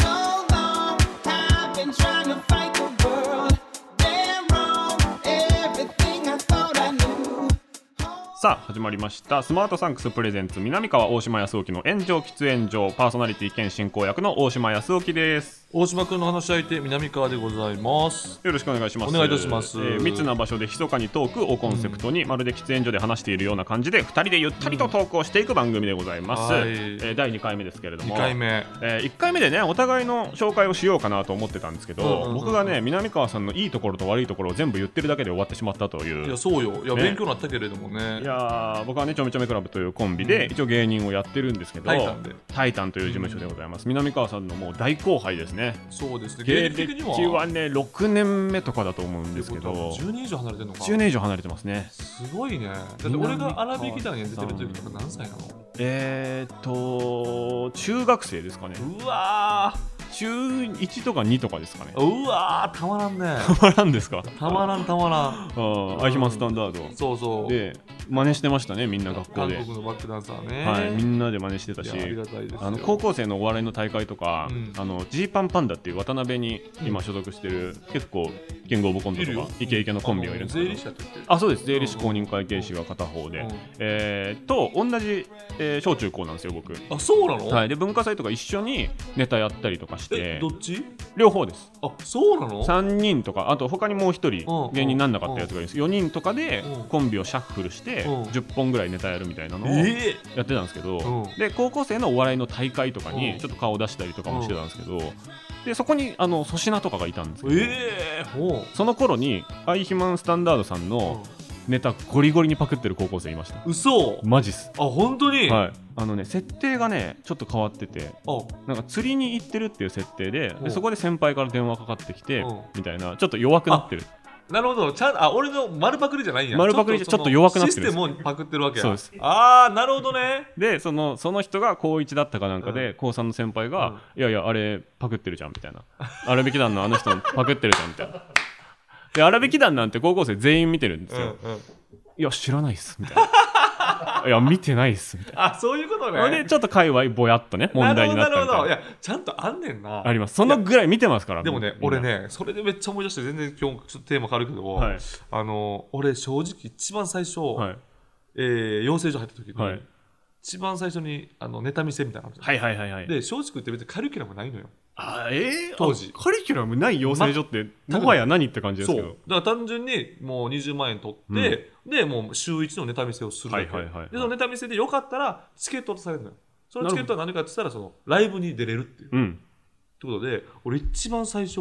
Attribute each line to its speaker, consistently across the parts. Speaker 1: So long, I've been trying to fight the world. Damn wrong, everything I thought I knew.
Speaker 2: さあ始まりましたスマートサンクスプレゼンツ南川大島康沖の炎上喫煙所パーソナリティ兼進行役の大島康沖です
Speaker 3: 大島君の話し相手、南川でございます。
Speaker 2: よろしくお願いします
Speaker 3: お願いいたします
Speaker 2: えー密な場所で密かにトークをコンセプトに、まるで喫煙所で話しているような感じで2人でゆったりとトークをしていく番組でございます、
Speaker 3: はい
Speaker 2: えー第2回目ですけれども
Speaker 3: 2回目。
Speaker 2: え1回目でねお互いの紹介をしようかなと思ってたんですけど、
Speaker 3: うんうんうんうん
Speaker 2: 僕がね南川さんのいいところと悪いところを全部言ってるだけで終わってしまったという
Speaker 3: いや、そうよ。いや、
Speaker 2: ね
Speaker 3: 勉強になったけれどもね。
Speaker 2: いやー僕はねちょめちょめクラブというコンビで、
Speaker 3: う
Speaker 2: 一応芸人をやってるんですけど
Speaker 3: タイタンで
Speaker 2: タイタンという事務所でございます、南川さんのもう大後輩ですね
Speaker 3: そうですね。芸
Speaker 2: 芸
Speaker 3: 歴的に
Speaker 2: 歴
Speaker 3: は。
Speaker 2: はね6年目とかだと思うん
Speaker 3: って
Speaker 2: です
Speaker 3: こ
Speaker 2: け
Speaker 3: とは
Speaker 2: ど
Speaker 3: 10年以上離れてるのか。
Speaker 2: 10年以上離れてますね
Speaker 3: すごいね。だって俺が荒引き団に出てる時とか何歳なの
Speaker 2: えーっと中学生ですかね
Speaker 3: うわ
Speaker 2: 中1とか2とかですかね
Speaker 3: ーうわーたまらんね。
Speaker 2: たまらんです か
Speaker 3: たまらんたまら
Speaker 2: あーアイヒマンスタンダー
Speaker 3: ん。
Speaker 2: ド
Speaker 3: そうそう。
Speaker 2: で真似してましたねみんな学校
Speaker 3: 韓
Speaker 2: で、
Speaker 3: 国のバックダンサーね。
Speaker 2: はい、みんなで真似してた
Speaker 3: い
Speaker 2: し
Speaker 3: やありがたいですよ。
Speaker 2: あの高校生のお笑いの大会とか
Speaker 3: うん、
Speaker 2: あのジーパンパンダっていう渡辺に今所属してる、結構キングオブコント
Speaker 3: いる
Speaker 2: と
Speaker 3: よ
Speaker 2: かイケイケのコンビがいるんです
Speaker 3: 税
Speaker 2: け
Speaker 3: 理
Speaker 2: ど
Speaker 3: 士やってて。
Speaker 2: あそうです税理士公認会計士が片方で、
Speaker 3: うん
Speaker 2: えーと同じ、えー小中高なんですよ僕、
Speaker 3: あ、そうなの
Speaker 2: はい、で文化祭とか一緒にネタやったりとかして、
Speaker 3: えどっち
Speaker 2: 両方です
Speaker 3: あ、そうなの
Speaker 2: 3人とかあと他にもう1
Speaker 3: う
Speaker 2: 人
Speaker 3: ん
Speaker 2: 芸人になんなかったやつがいるんです4人とかで
Speaker 3: うん
Speaker 2: コンビをシャッフルして
Speaker 3: うん
Speaker 2: 10本ぐらいネタやるみたいなのを
Speaker 3: え
Speaker 2: やってたんですけど、
Speaker 3: うん
Speaker 2: で高校生のお笑いの大会とか
Speaker 3: う
Speaker 2: に
Speaker 3: ん
Speaker 2: ちょっと顔を出したりとかもしてたんですけど、でそこにあの粗品とかがいたんですけど、
Speaker 3: えー、もう。
Speaker 2: その頃にアイヒマンスタンダードさんのネタゴリゴリにパクってる高校生いました、
Speaker 3: 嘘
Speaker 2: マジっす、
Speaker 3: あ、本当にあ、
Speaker 2: はい、あのね設定がねちょっと変わっててなんか釣りに行ってるっていう設定で
Speaker 3: うん
Speaker 2: でそこで先輩から電話かかってきて
Speaker 3: うん
Speaker 2: みたいなちょっと弱くなってる
Speaker 3: なるほど。ちゃんあ、俺の丸パクリじゃないんや。
Speaker 2: 丸パクリじゃ
Speaker 3: その
Speaker 2: ちょっと弱くなってるんで
Speaker 3: シ
Speaker 2: す
Speaker 3: ステムをパクってるわけや。
Speaker 2: そうです
Speaker 3: あー、なるほどね。
Speaker 2: でそのその人が高1だったかなんかで、高3の先輩が、
Speaker 3: うん
Speaker 2: いやいやあれパクってるじゃんみたいなアルビキ団のあの人 パクってるじゃんみたいなでアルビキ団なんて高校生全員見てるんです
Speaker 3: うんう
Speaker 2: よ、
Speaker 3: ん。
Speaker 2: いや知らないっすみたいな いや見てないっすみたい
Speaker 3: あ、そういうこと
Speaker 2: なそれ
Speaker 3: ね
Speaker 2: で。ちょっと界隈ぼやっとね問題になった
Speaker 3: るほ
Speaker 2: み
Speaker 3: ど、
Speaker 2: た
Speaker 3: なるほど。
Speaker 2: い
Speaker 3: い
Speaker 2: な
Speaker 3: や、ちゃんとあんねんな。
Speaker 2: ありますそのぐらい見てますから
Speaker 3: でもね、
Speaker 2: みんな
Speaker 3: 俺ね、それでめっちゃ思い出して、全然今日ちょっとテーマ変わるけど、
Speaker 2: はい
Speaker 3: あの、俺正直一番最初、
Speaker 2: はい
Speaker 3: えー養成所入った時に、
Speaker 2: はい
Speaker 3: 一番最初にあのネタ見せみたいなのあるじゃん
Speaker 2: はいはいはいはい
Speaker 3: で、松竹って別にカリキュラムないのよ。
Speaker 2: あえー
Speaker 3: 当時
Speaker 2: あカリキュラムない養成所って、
Speaker 3: ま
Speaker 2: もはや何って感じです
Speaker 3: そう。
Speaker 2: け
Speaker 3: だ
Speaker 2: ど
Speaker 3: から単純にもう20万円取って、で、もう週1のネタ見せをするだけ。
Speaker 2: はいはいはいはい
Speaker 3: で、そのネタ見せでよかったらチケット渡されるのよ。そのチケットは何かって言ったら、そのライブに出れるっていう。
Speaker 2: うん
Speaker 3: ってことで、俺一番最初、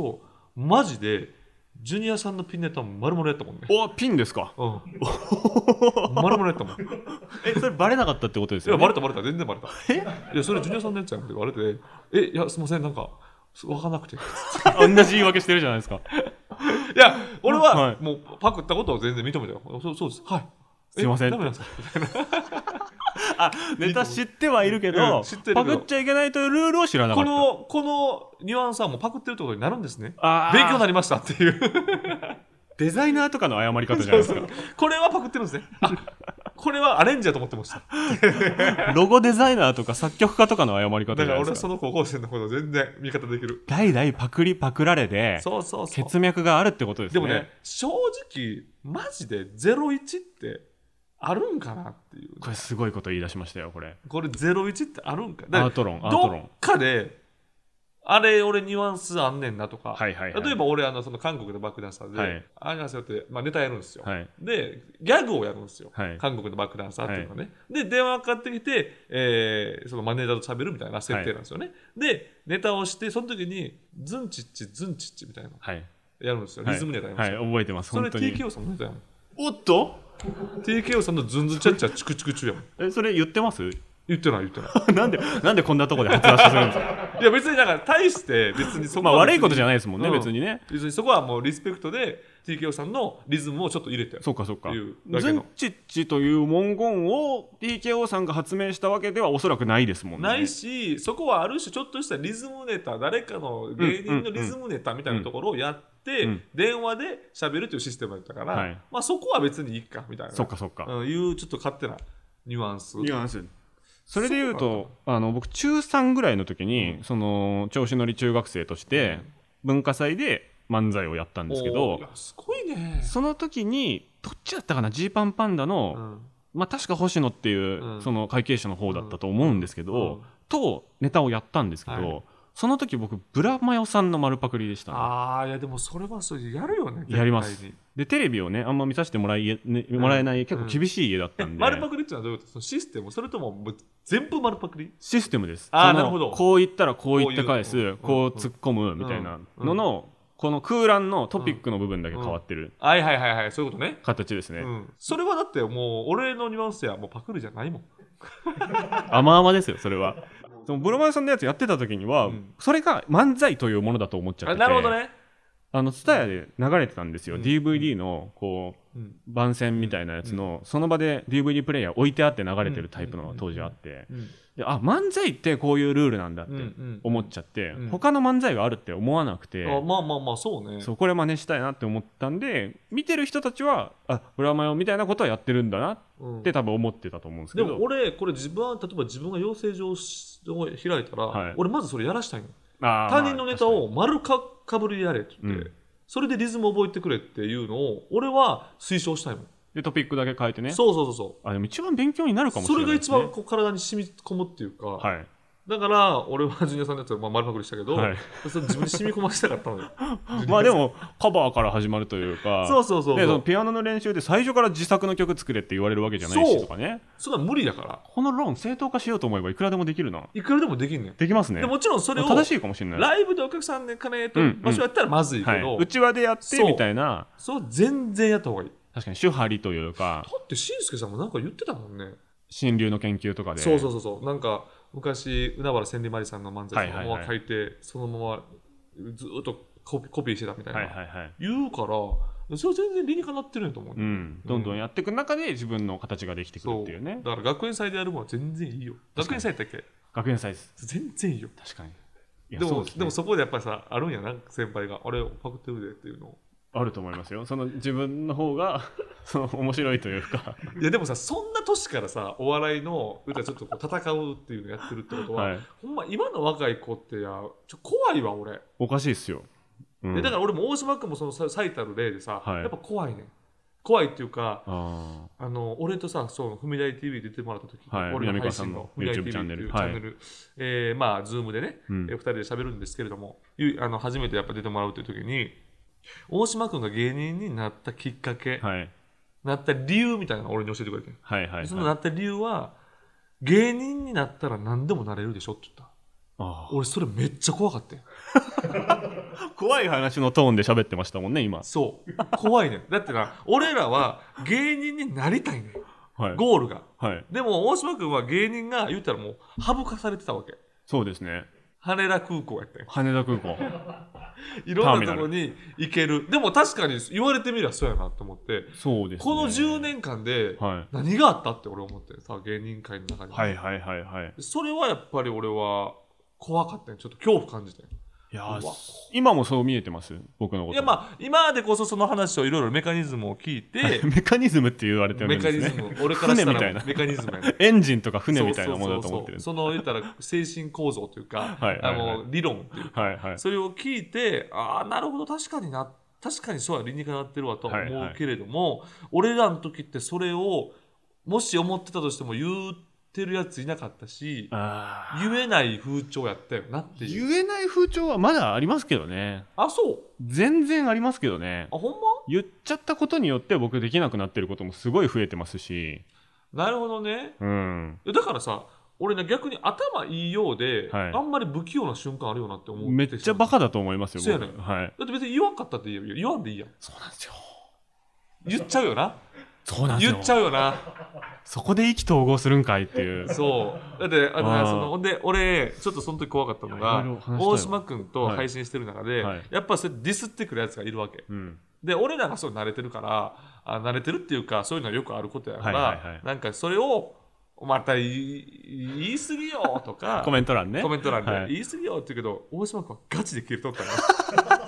Speaker 3: マジで、ジュニアさんのピンネタ丸々やったもんね。
Speaker 2: おピンですか
Speaker 3: うん。丸々やったもん。い
Speaker 2: えそれバレなかったってことですよ、
Speaker 3: や、
Speaker 2: ね、
Speaker 3: バレたバレた、全然バレた。えいや、それジュニアさんのやつやんって言われて、え、いや、すいません、なんか、わかん なくて。い
Speaker 2: 同じ言い訳してるじゃないですか。
Speaker 3: や、俺
Speaker 2: は
Speaker 3: はいもうパクったことを全然認めたよ。そうそうです。はい。え
Speaker 2: すいません
Speaker 3: ダメなんですか
Speaker 2: あ、 ネタ知ってはいるけど、
Speaker 3: うん知ってるけど
Speaker 2: パクっちゃいけないというルールを知らなか
Speaker 3: こ
Speaker 2: った。
Speaker 3: の、このニュアンスはもうパクってるってことになるんですね。
Speaker 2: あー
Speaker 3: 勉強になりましたっていう。
Speaker 2: デザイナーとかの謝り方じゃ ないですか。
Speaker 3: これはパクってる んですね。あこれはアレンジだと思ってました。
Speaker 2: ロゴデザイナーとか作曲家とかの謝り方じ
Speaker 3: だ
Speaker 2: ゃな
Speaker 3: から
Speaker 2: い
Speaker 3: 俺
Speaker 2: で
Speaker 3: は
Speaker 2: すか
Speaker 3: そ。の高校生のこと全然味方できる。
Speaker 2: 代々パクリパクられて、
Speaker 3: そうそうそう。
Speaker 2: 血脈があるってことです
Speaker 3: で
Speaker 2: ね。
Speaker 3: もね、正直、マジで01ってあるんかなっていう。
Speaker 2: これすごいこと言い出しましたよ、これ。
Speaker 3: これ01ってあるんかだから
Speaker 2: アートロン、アートロ
Speaker 3: ど
Speaker 2: ン
Speaker 3: っ。かで、あれ、俺、ニュアンスあんねんなとか、
Speaker 2: はいはいはい
Speaker 3: 例えば俺、あのその韓国のバックダンサーで、
Speaker 2: はい
Speaker 3: あれなんですよって、まあ、ネタやるんですよ、
Speaker 2: はい。
Speaker 3: で、ギャグをやるんですよ、
Speaker 2: はい
Speaker 3: 韓国のバックダンサーっていうのはね。で、電話かかってきて、えーそのマネージャーと喋るみたいな設定なんですよね。で、ネタをして、その時に、ズンチッチ、ズンチッチみたいなの
Speaker 2: はい。
Speaker 3: やるんですよ、
Speaker 2: はい
Speaker 3: リズムネタやるんで
Speaker 2: は
Speaker 3: す
Speaker 2: い、
Speaker 3: よ。
Speaker 2: 覚えてます、
Speaker 3: それ
Speaker 2: 本当に。
Speaker 3: TKO さんのネタやもん。
Speaker 2: おっと
Speaker 3: TKO さんのズンズンチャッチャチクチクチュやもん。
Speaker 2: え、それ言ってます
Speaker 3: 言ってない言ってない
Speaker 2: なんでなんでこんなとこで発出しするんですか
Speaker 3: いや別にだから大して別にそこ
Speaker 2: まあ
Speaker 3: は別
Speaker 2: 悪
Speaker 3: に
Speaker 2: いことじゃないですもんね、
Speaker 3: うん
Speaker 2: 別にね
Speaker 3: 別にそこはもうリスペクトで TKO さんのリズムをちょっと入れて
Speaker 2: そうかそうか
Speaker 3: いうだ
Speaker 2: ズ
Speaker 3: け
Speaker 2: ン
Speaker 3: の
Speaker 2: チッチという文言を TKO さんが発明したわけではおそらくないですもんね
Speaker 3: ないしそこはある種ちょっとしたリズムネタ誰かの芸人のリズムネタみたいなところをやって、
Speaker 2: うん
Speaker 3: 電話で喋るというシステムだったから、
Speaker 2: はい
Speaker 3: まあ、そこは別にいいかみたいな
Speaker 2: そっかそっか
Speaker 3: うん、いうちょっと勝手なニュアンス
Speaker 2: ニュアンスそれで言う
Speaker 3: そうな
Speaker 2: とあの僕中3ぐらいの時に、その調子乗り中学生として文化祭で漫才をやったんですけ
Speaker 3: おー
Speaker 2: ど
Speaker 3: いやすごいね、
Speaker 2: その時にどっちだったかなジーパンパンダの、
Speaker 3: うん
Speaker 2: まあ、確か星野っていう、
Speaker 3: うん
Speaker 2: その会計者の方だったと思うんですけど、
Speaker 3: うん
Speaker 2: とネタをやったんですけど、
Speaker 3: はい
Speaker 2: その時僕ブラマヨさんの丸パクリでしたね、
Speaker 3: ああいやでもそれはそれやるよね
Speaker 2: やります
Speaker 3: 絶対に
Speaker 2: でテレビをねあんま見させてもらい、ね、もらえない、結構厳しい家だったんで、
Speaker 3: 丸パクリっていうのはどういうことそのシステムそれとももう全部丸パクリ
Speaker 2: システムです
Speaker 3: あー
Speaker 2: その
Speaker 3: なるほど
Speaker 2: こう言ったらこう言って返
Speaker 3: こういうう
Speaker 2: す
Speaker 3: ん
Speaker 2: こう
Speaker 3: うん
Speaker 2: 突っ込むみたいな
Speaker 3: うん
Speaker 2: ののこの空欄のトピックの部分だけ変わってる
Speaker 3: はいはいはいはいそういうことね
Speaker 2: 形ですね
Speaker 3: うん、それはだってもう俺のニュアンスやもうパクリじゃないもん
Speaker 2: 甘々ですよそれはでもブロマンさんのやつやってた時には
Speaker 3: うん
Speaker 2: それが漫才というものだと思っちゃって
Speaker 3: あ
Speaker 2: て
Speaker 3: なるほどね、
Speaker 2: あの TSUTAYA で流れてたんですよ
Speaker 3: うん
Speaker 2: DVD のこう
Speaker 3: うん
Speaker 2: 番宣みたいなやつのその場で DVD プレイヤー置いてあって流れてるタイプのが当時あって
Speaker 3: うん
Speaker 2: であ漫才ってこういうルールなんだって
Speaker 3: うん
Speaker 2: 思っちゃって
Speaker 3: うん
Speaker 2: 他の漫才があるって思わなくて
Speaker 3: あまあまあまあそうね
Speaker 2: そうこれ真似したいなって思ったんで見てる人たちはあブラマヨみたいなことはやってるんだなっ
Speaker 3: うん
Speaker 2: て多分思ってたと思うんですけ
Speaker 3: で
Speaker 2: ど
Speaker 3: も俺これ自分は例えば自分が養成所を開いたら、
Speaker 2: はい
Speaker 3: 俺まずそれやらしたいの
Speaker 2: あー
Speaker 3: 他人のネタ
Speaker 2: まあ
Speaker 3: を丸かかぶりでやれって言って、
Speaker 2: うん
Speaker 3: それでリズム覚えてくれっていうのを俺は推奨したいもん、
Speaker 2: 確かにでトピックだけ変えてね
Speaker 3: そうそうそうそ
Speaker 2: あでも一番勉強になるか
Speaker 3: う
Speaker 2: もし
Speaker 3: そ
Speaker 2: れな
Speaker 3: れ
Speaker 2: い
Speaker 3: が
Speaker 2: です
Speaker 3: 一
Speaker 2: ね
Speaker 3: 番こう体に染み込むっていうか、
Speaker 2: はい
Speaker 3: だから俺はジュニアさんのやつはまあ丸パクリしたけど、
Speaker 2: はい
Speaker 3: それ自分に染み込ませたかったのよ
Speaker 2: まあでもカバーから始まるというか
Speaker 3: そうそうそう
Speaker 2: でそ
Speaker 3: そ
Speaker 2: の
Speaker 3: う
Speaker 2: ピアノの練習で最初から自作の曲作れって言われるわけじゃない
Speaker 3: そ
Speaker 2: し
Speaker 3: う
Speaker 2: とかね
Speaker 3: それは無理だから
Speaker 2: この論正当化しようと思えばいくらでもできるない
Speaker 3: くらでもできんねん
Speaker 2: できますね
Speaker 3: でもちろんそれを
Speaker 2: 正しいかもしれない
Speaker 3: ライブでお客さんで金と
Speaker 2: うんうん
Speaker 3: 場所やったらまずいけ
Speaker 2: はい
Speaker 3: ど、
Speaker 2: うちわでやって
Speaker 3: そう
Speaker 2: みたいな
Speaker 3: そう全然やった方がいいだ
Speaker 2: 確かに手張りというか
Speaker 3: ってしんすけさんもなんか言ってたもんね、
Speaker 2: 新流の研究とかで
Speaker 3: そうそうそうそうなんか昔海原千里マリさんの漫才を
Speaker 2: は
Speaker 3: そ
Speaker 2: い
Speaker 3: の
Speaker 2: はい
Speaker 3: ま
Speaker 2: は
Speaker 3: ま
Speaker 2: い
Speaker 3: 書いてそのままずっとコピコピーしてたみたいな、
Speaker 2: はいはいはい
Speaker 3: 言うからそれ全然理にかなってるんやと思う、
Speaker 2: うん、どんどんやっていく中で自分の形ができてくる
Speaker 3: そ
Speaker 2: っ
Speaker 3: う
Speaker 2: ていうね
Speaker 3: だから学園祭でやるもんは全然いいよ
Speaker 2: 確か
Speaker 3: 学
Speaker 2: に
Speaker 3: 園祭だっけ
Speaker 2: 学園祭です
Speaker 3: 全然いいよ
Speaker 2: 確かにいや
Speaker 3: でも
Speaker 2: そ
Speaker 3: そう
Speaker 2: ですね
Speaker 3: でもそこでやっぱりさあるんやな先輩があれパクってるでっていうのを
Speaker 2: あると思いますよその自分の方が その面白いというか
Speaker 3: いやでもさそんな年からさお笑いの歌ちょっとこう戦うっていうのやってるってことは、
Speaker 2: はい
Speaker 3: ほんま今の若い子ってやちょ怖いわ俺、
Speaker 2: おかしいっすよ、うん
Speaker 3: でだから俺も大島君もそのさ最たる例でさ、
Speaker 2: はい
Speaker 3: やっぱ怖いねん怖いっていうか
Speaker 2: あ
Speaker 3: あの俺とさそう「ふみだい TV」出てもらった時、
Speaker 2: はい
Speaker 3: 俺
Speaker 2: 南川さんの
Speaker 3: ふみだい
Speaker 2: YouTube チャンネル
Speaker 3: っていう
Speaker 2: はい
Speaker 3: チャンネル、えーまあ Zoom でね、
Speaker 2: うん
Speaker 3: えー二人で喋るんですけれどもゆあの初めてやっぱ出てもらうという時に大島君が芸人になったきっかけ、
Speaker 2: ー、はい、
Speaker 3: なった理由みたいなのを俺に教えてくれてん
Speaker 2: はいはいはい
Speaker 3: そのなった理由は芸人になったら何でもなれるでしょって言った
Speaker 2: あ
Speaker 3: 俺それめっちゃ怖かったよ
Speaker 2: ー怖い話のトーンで喋ってましたもんね今、
Speaker 3: そう怖いねんだってな俺らは芸人になりたいねん
Speaker 2: はい
Speaker 3: ゴールが
Speaker 2: はい、
Speaker 3: でも大島君は芸人が言ったらもう省かされてたわけ
Speaker 2: そうですね
Speaker 3: 羽田空港やったよ
Speaker 2: 羽田空港
Speaker 3: いろんなとこに行けるでも確かに言われてみればそうやなと思って
Speaker 2: そうです、ね、
Speaker 3: この10年間で
Speaker 2: はい
Speaker 3: 何があったって俺思ってるさ芸人界の中に、
Speaker 2: はいはいはいはい
Speaker 3: それはやっぱり俺は怖かったよちょっと恐怖感じて
Speaker 2: いや
Speaker 3: う
Speaker 2: ー
Speaker 3: わ
Speaker 2: 今もそう見えてます僕のこと
Speaker 3: いやまあ今でこそその話をいろいろメカニズムを聞いて
Speaker 2: メカニズムって言われてるん
Speaker 3: メ
Speaker 2: で
Speaker 3: カ
Speaker 2: す
Speaker 3: ニズ
Speaker 2: ね
Speaker 3: ム俺からした
Speaker 2: 船みたい
Speaker 3: ら
Speaker 2: な
Speaker 3: メカニズムやね
Speaker 2: エンジンとか船みたいなものだと思ってるんです
Speaker 3: そうそうそうそうその言ったら精神構造というか
Speaker 2: はいはいはい
Speaker 3: あの理論っていうか
Speaker 2: はいはい
Speaker 3: それを聞いてああなるほど確かにな確かにそうは理にかなってるわとは
Speaker 2: はい
Speaker 3: 思
Speaker 2: はいう
Speaker 3: けれども、俺らの時ってそれをもし思ってたとしても言ってるやついなかったし
Speaker 2: あ
Speaker 3: 言えない風潮やったよなって
Speaker 2: ー
Speaker 3: いう
Speaker 2: 言えない風潮はまだありますけどね
Speaker 3: あそう
Speaker 2: 全然ありますけどね
Speaker 3: あほん
Speaker 2: 言っちゃったことによって僕できなくなってることもすごい増えてますし
Speaker 3: まなるほどね
Speaker 2: うん
Speaker 3: いやだからさ俺ね逆に頭いいようで、
Speaker 2: はい
Speaker 3: あんまり不器用な瞬間あるよなって思って
Speaker 2: めっちゃバ
Speaker 3: カ
Speaker 2: カだと思いますよ
Speaker 3: そうやね
Speaker 2: 僕はい
Speaker 3: だって別に言わんかったって言えばいいよ言わんでいいやん
Speaker 2: そうなんですよ
Speaker 3: 言っちゃうよな
Speaker 2: そうなんですよ
Speaker 3: 言っちゃうよな。
Speaker 2: そこで意気投合するんかいっていう
Speaker 3: そう。だって、あ
Speaker 2: あー
Speaker 3: の、その、ほんで、俺、ちょっとその時怖かったの
Speaker 2: いやいろいろ話した
Speaker 3: が
Speaker 2: い、わ
Speaker 3: 大島君と配信してる中で、
Speaker 2: はいはい
Speaker 3: やっぱりそれディスってくるやつがいるわけ。
Speaker 2: うん
Speaker 3: で、俺らがそう慣れてるから、あ慣れてるっていうか、そういうのはよくあることやから、
Speaker 2: はいはいはい、
Speaker 3: なんかそれを、また言い言い過ぎよとか
Speaker 2: コメント欄ね
Speaker 3: コメント欄で、
Speaker 2: はい
Speaker 3: 言い過ぎよって言うけど、大島君はガチで切れとった よ。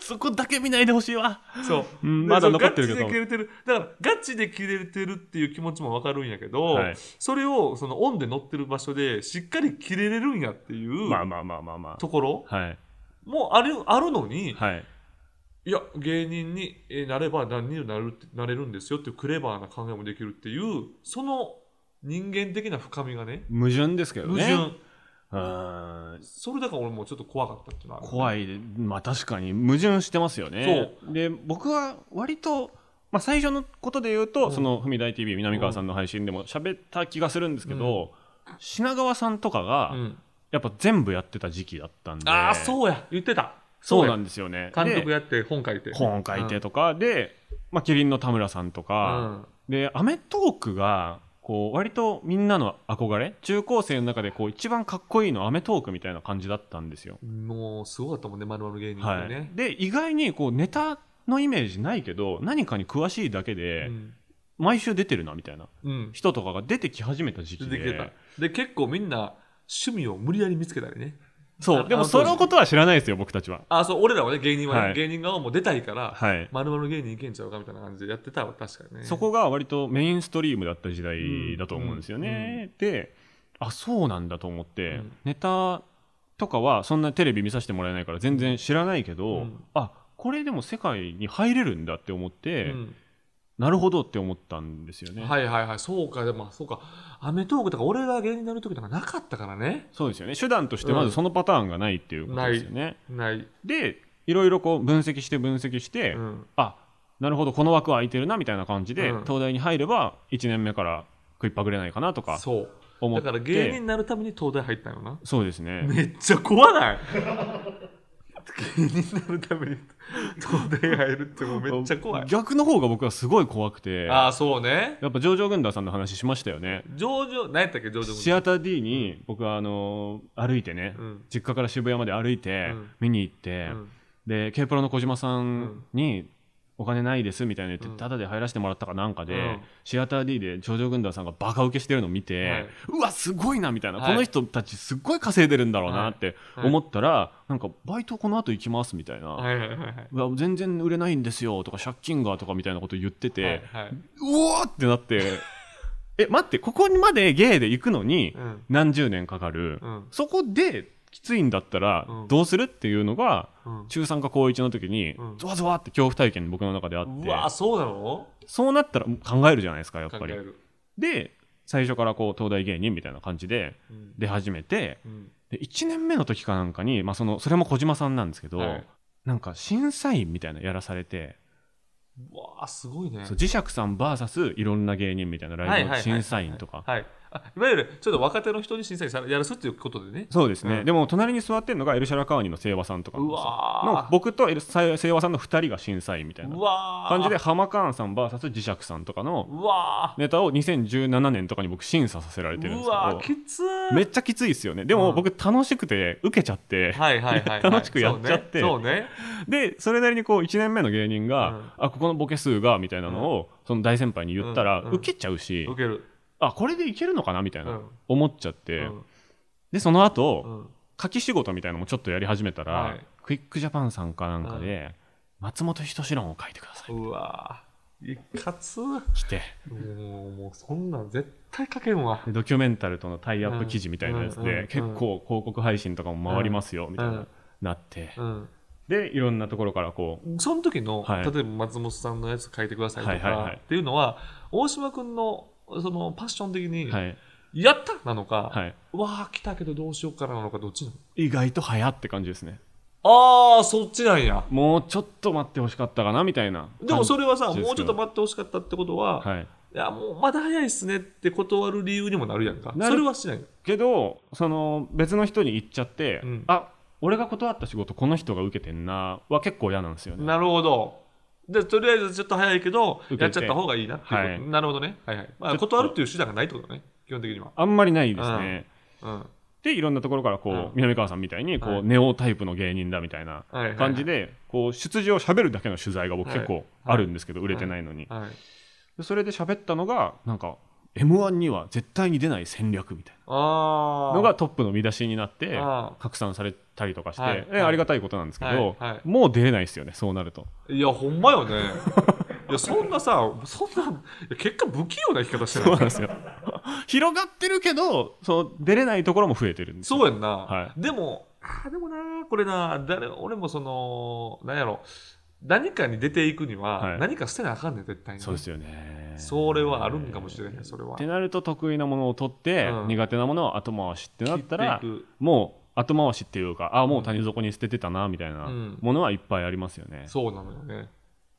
Speaker 2: そこだけ見ないでほしいわ
Speaker 3: そう、
Speaker 2: うん
Speaker 3: で
Speaker 2: まだ
Speaker 3: そう
Speaker 2: 残ってるけど
Speaker 3: ガチで切れてるだからガチで切れてるっていう気持ちもわかるんやけど、
Speaker 2: はい
Speaker 3: それをそのオンで乗ってる場所でしっかり切れれるんやっていう
Speaker 2: まあまあまあまあま
Speaker 3: ところ
Speaker 2: あはい
Speaker 3: もあるあるのに、
Speaker 2: はい
Speaker 3: い、や芸人にえーなれば何にもなるってなれるんですよっていうクレバーな考えもできるっていうその人間的な深みがね
Speaker 2: 矛盾ですけど
Speaker 3: 矛
Speaker 2: ね
Speaker 3: 盾、
Speaker 2: うん
Speaker 3: それだから俺もちょっと怖かったっていうのはある
Speaker 2: 怖いでまあ確かに矛盾してますよねで僕は割と、まあ、最初のことで言うと、
Speaker 3: うん
Speaker 2: その「ふみだい TV」南川さんの配信でも喋った気がするんですけど、品川さんとかが、
Speaker 3: うん、
Speaker 2: やっぱ全部やってた時期だったんで
Speaker 3: ああ
Speaker 2: う
Speaker 3: そうや言ってた
Speaker 2: そうなんんですよね
Speaker 3: 監督
Speaker 2: で
Speaker 3: やって本書いて
Speaker 2: 本書いてとかで、まあ、キリンの田村さんと
Speaker 3: うん
Speaker 2: か、
Speaker 3: うん
Speaker 2: で『アメトーク』がこう割とみんなの憧れ中高生の中でこう一番かっこいいの『アメトーク』みたいな感じだったんですよ
Speaker 3: もうすごかったもんね、まるまる芸人っ
Speaker 2: は
Speaker 3: てね
Speaker 2: い、。で意外にこうネタのイメージないけど何かに詳しいだけで、
Speaker 3: うん
Speaker 2: 毎週出てるなみたいな
Speaker 3: うん、
Speaker 2: 人とかが出てき始めた時
Speaker 3: 出
Speaker 2: 期で
Speaker 3: てきてた。で、結構みんな趣味を無理やり見つけたりね。
Speaker 2: そ
Speaker 3: あ
Speaker 2: うでも
Speaker 3: あの
Speaker 2: そ
Speaker 3: 当時
Speaker 2: のことは知らないですよ僕たちは
Speaker 3: あ、そう、俺らはね、芸人はね、
Speaker 2: はい
Speaker 3: 芸人側も出たいから、
Speaker 2: はい、
Speaker 3: まるまる芸人いけんちゃうかみたいな感じでやってたわ、確かにね。
Speaker 2: そこが割とメインストリームだった時代だと思うんですよね、であそうなんだと思って、
Speaker 3: うん
Speaker 2: ネタとかはそんなテレビ見させてもらえないから全然知らないけど、
Speaker 3: うん
Speaker 2: あこれでも世界に入れるんだって思って、
Speaker 3: うん
Speaker 2: なるほどって思ったんですよね、
Speaker 3: はいはいはい、そうか、でもそうか、アメトークとか俺が芸人になる時とかなかったからね。
Speaker 2: そうですよね手段としてまずそのパターンがないっていうことですよね、
Speaker 3: ない。
Speaker 2: でいろいろこう分析して分析して、
Speaker 3: うん。
Speaker 2: あなるほどこの枠は空いてるなみたいな感じで、
Speaker 3: うん
Speaker 2: 東大に入れば1年目から食いっぱぐれないかなとか
Speaker 3: そう。
Speaker 2: 思っ
Speaker 3: だ
Speaker 2: て
Speaker 3: から芸人になるために東大入ったよな。
Speaker 2: そうですね
Speaker 3: めっちゃ怖ない芸人になるために東大入るってもうめっちゃ怖い。
Speaker 2: 逆の方が僕はすごい怖くて
Speaker 3: あ
Speaker 2: や
Speaker 3: あそうね
Speaker 2: っぱ上場軍団さんの話しましたよね
Speaker 3: 上場何やったっけ上場
Speaker 2: シアター D に僕はあのー歩いてね、
Speaker 3: うん
Speaker 2: 実家から渋谷まで歩いて
Speaker 3: うん
Speaker 2: 見に行って、
Speaker 3: うん
Speaker 2: で K プロの小島さん
Speaker 3: ん
Speaker 2: にお金ないですみたいな言って、
Speaker 3: うん
Speaker 2: タダで入らせてもらったかなんかで、
Speaker 3: うん
Speaker 2: シアター D で頂上軍団さんがバカ受けしてるのを見て、
Speaker 3: はいう
Speaker 2: わすごいなみたいな、
Speaker 3: はい
Speaker 2: この人たちすっごい稼いでるんだろうなって
Speaker 3: はい
Speaker 2: 思ったら、なんかバイトこの後行きますみたいな、
Speaker 3: はいはいはいはいう
Speaker 2: わ全然売れないんですよとか借金がとかみたいなこと言ってて、
Speaker 3: はいはいう
Speaker 2: おーってなって え待ってここまで芸で行くのに
Speaker 3: うん
Speaker 2: 何十年かかる、
Speaker 3: うん
Speaker 2: そこできついんだったら
Speaker 3: うん
Speaker 2: どうするっていうのが、
Speaker 3: うん
Speaker 2: 中3か高1の時に、
Speaker 3: うん
Speaker 2: ゾワゾワって恐怖体験僕の中であって
Speaker 3: うわそうなの
Speaker 2: そうなったら考えるじゃないですかやっ
Speaker 3: 考
Speaker 2: ぱ
Speaker 3: え
Speaker 2: り
Speaker 3: る
Speaker 2: で最初からこう東大芸人みたいな感じで
Speaker 3: うん
Speaker 2: 出始めて
Speaker 3: うん
Speaker 2: で1年目の時かなんかに、まあ、そのそれも小島さんなんですけど、
Speaker 3: はい
Speaker 2: なんか審査員みたいなのやらされて、
Speaker 3: うわすごいね
Speaker 2: そう磁石さん VS いろんな芸人みたいなライブの審査員とか
Speaker 3: はいあいわゆるちょっと若手の人に審査員さやらすっていうことでね
Speaker 2: そうですね、
Speaker 3: うん
Speaker 2: でも隣に座ってるのがエルシャラカーニの清和さんとかなん
Speaker 3: う
Speaker 2: ですよ
Speaker 3: わ
Speaker 2: の
Speaker 3: ー
Speaker 2: 僕とエル清和さんの2人が審査員みたいな
Speaker 3: うわー
Speaker 2: 感じでハマカーンさん VS 磁石さんとかの
Speaker 3: うわー
Speaker 2: ネタを2017年とかに僕審査させられてるんです
Speaker 3: うわー
Speaker 2: け
Speaker 3: きつ
Speaker 2: ど
Speaker 3: ー
Speaker 2: めっちゃきついですよねでも
Speaker 3: うん
Speaker 2: 僕楽しくて受けちゃって、
Speaker 3: はいはいはいはい
Speaker 2: 楽しくやっちゃって
Speaker 3: そうね
Speaker 2: でそれなりにこう1年目の芸人が、
Speaker 3: うん
Speaker 2: あここのボケ数がみたいなのをその大先輩に言ったら
Speaker 3: うんうん
Speaker 2: 受けちゃうし、
Speaker 3: 受ける
Speaker 2: あこれでいけるのかなみたいな、
Speaker 3: うん
Speaker 2: 思っちゃって、
Speaker 3: うん
Speaker 2: でその後、
Speaker 3: うん
Speaker 2: 書き仕事みたいなのもちょっとやり始めたら、
Speaker 3: はい
Speaker 2: クイックジャパンさんかなんかで、松本人志論を書いてくださいう
Speaker 3: わーいかつー
Speaker 2: 来 て
Speaker 3: もうもうそんなん絶対書けんわ
Speaker 2: でドキュメンタルとのタイアップ記事みたいなやつで、
Speaker 3: うんうんうん
Speaker 2: 結構広告配信とかも回りますよ、みたいな、
Speaker 3: うん
Speaker 2: なって
Speaker 3: うん
Speaker 2: でいろんなところからこう
Speaker 3: その時の、
Speaker 2: はい
Speaker 3: 例えば松本さんのやつ書いてくださいとか、
Speaker 2: はいはいはい
Speaker 3: っていうのは大島君のそのパッション的に、
Speaker 2: はい、
Speaker 3: やったなのか、
Speaker 2: はい、
Speaker 3: わあ来たけどどうしようかなのかどっちなの
Speaker 2: 意外と早って感じですね
Speaker 3: ああそっちなんや
Speaker 2: もうちょっと待ってほしかったかなみたいな
Speaker 3: でもそれはさ
Speaker 2: 感じです
Speaker 3: もうち
Speaker 2: け
Speaker 3: ょっ
Speaker 2: ど
Speaker 3: と待ってほしかったってことは、い、
Speaker 2: はい
Speaker 3: やもうまだ早いっすねって断る理由にもなるやんか
Speaker 2: なる
Speaker 3: それはしない
Speaker 2: けどその別の人に言っちゃって、
Speaker 3: うん
Speaker 2: あ俺が断った仕事この人が受けてんなは結構嫌なんですよね
Speaker 3: なるほどでとりあえずちょっと早いけど
Speaker 2: 受けて
Speaker 3: やっちゃった方がいいなっていうこと、
Speaker 2: はい
Speaker 3: なるほどね、はいはいまあ、断るっていう手段がないってことね基本的には、
Speaker 2: あんまりないですね。
Speaker 3: うん、
Speaker 2: で、いろんなところからこう、
Speaker 3: うん
Speaker 2: 南川さんみたいにこう、
Speaker 3: はい
Speaker 2: ネオタイプの芸人だみたいな
Speaker 3: はいはいはい
Speaker 2: 感じで、こう出自を喋るだけの取材が僕
Speaker 3: はい
Speaker 2: 結構あるんですけど、売れてないのに、
Speaker 3: はい、
Speaker 2: でそれで喋ったのがなんか m 1には絶対に出ない戦略みたい
Speaker 3: あ
Speaker 2: な
Speaker 3: あ
Speaker 2: のがトップの見出しになって
Speaker 3: あ
Speaker 2: 拡散されたりとかして、
Speaker 3: はい
Speaker 2: えありがたいことなんですけど、
Speaker 3: はいはい
Speaker 2: もう出れないですよねそうなると
Speaker 3: いやほんまよねいやそんなさそんないや結果不器用な生き方して
Speaker 2: そう
Speaker 3: な
Speaker 2: なん
Speaker 3: い
Speaker 2: ですよ 広がってるけどそう出れないところも増えてるんですよ
Speaker 3: そうやんな、
Speaker 2: は
Speaker 3: でもあーでもなこれな誰俺もその何やろ何かに出ていくに
Speaker 2: は
Speaker 3: はい何か捨てなあかんねん絶対に、
Speaker 2: そうですよね
Speaker 3: それはあるんかもしれないそれは
Speaker 2: ってなると得意なものを取って、
Speaker 3: うん
Speaker 2: 苦手なものを後回しってなったら
Speaker 3: 切っていく
Speaker 2: もう後回しっていうかあもう谷底に捨ててたなみたいな
Speaker 3: うん
Speaker 2: ものはいっぱいありますよね、
Speaker 3: そうなのよね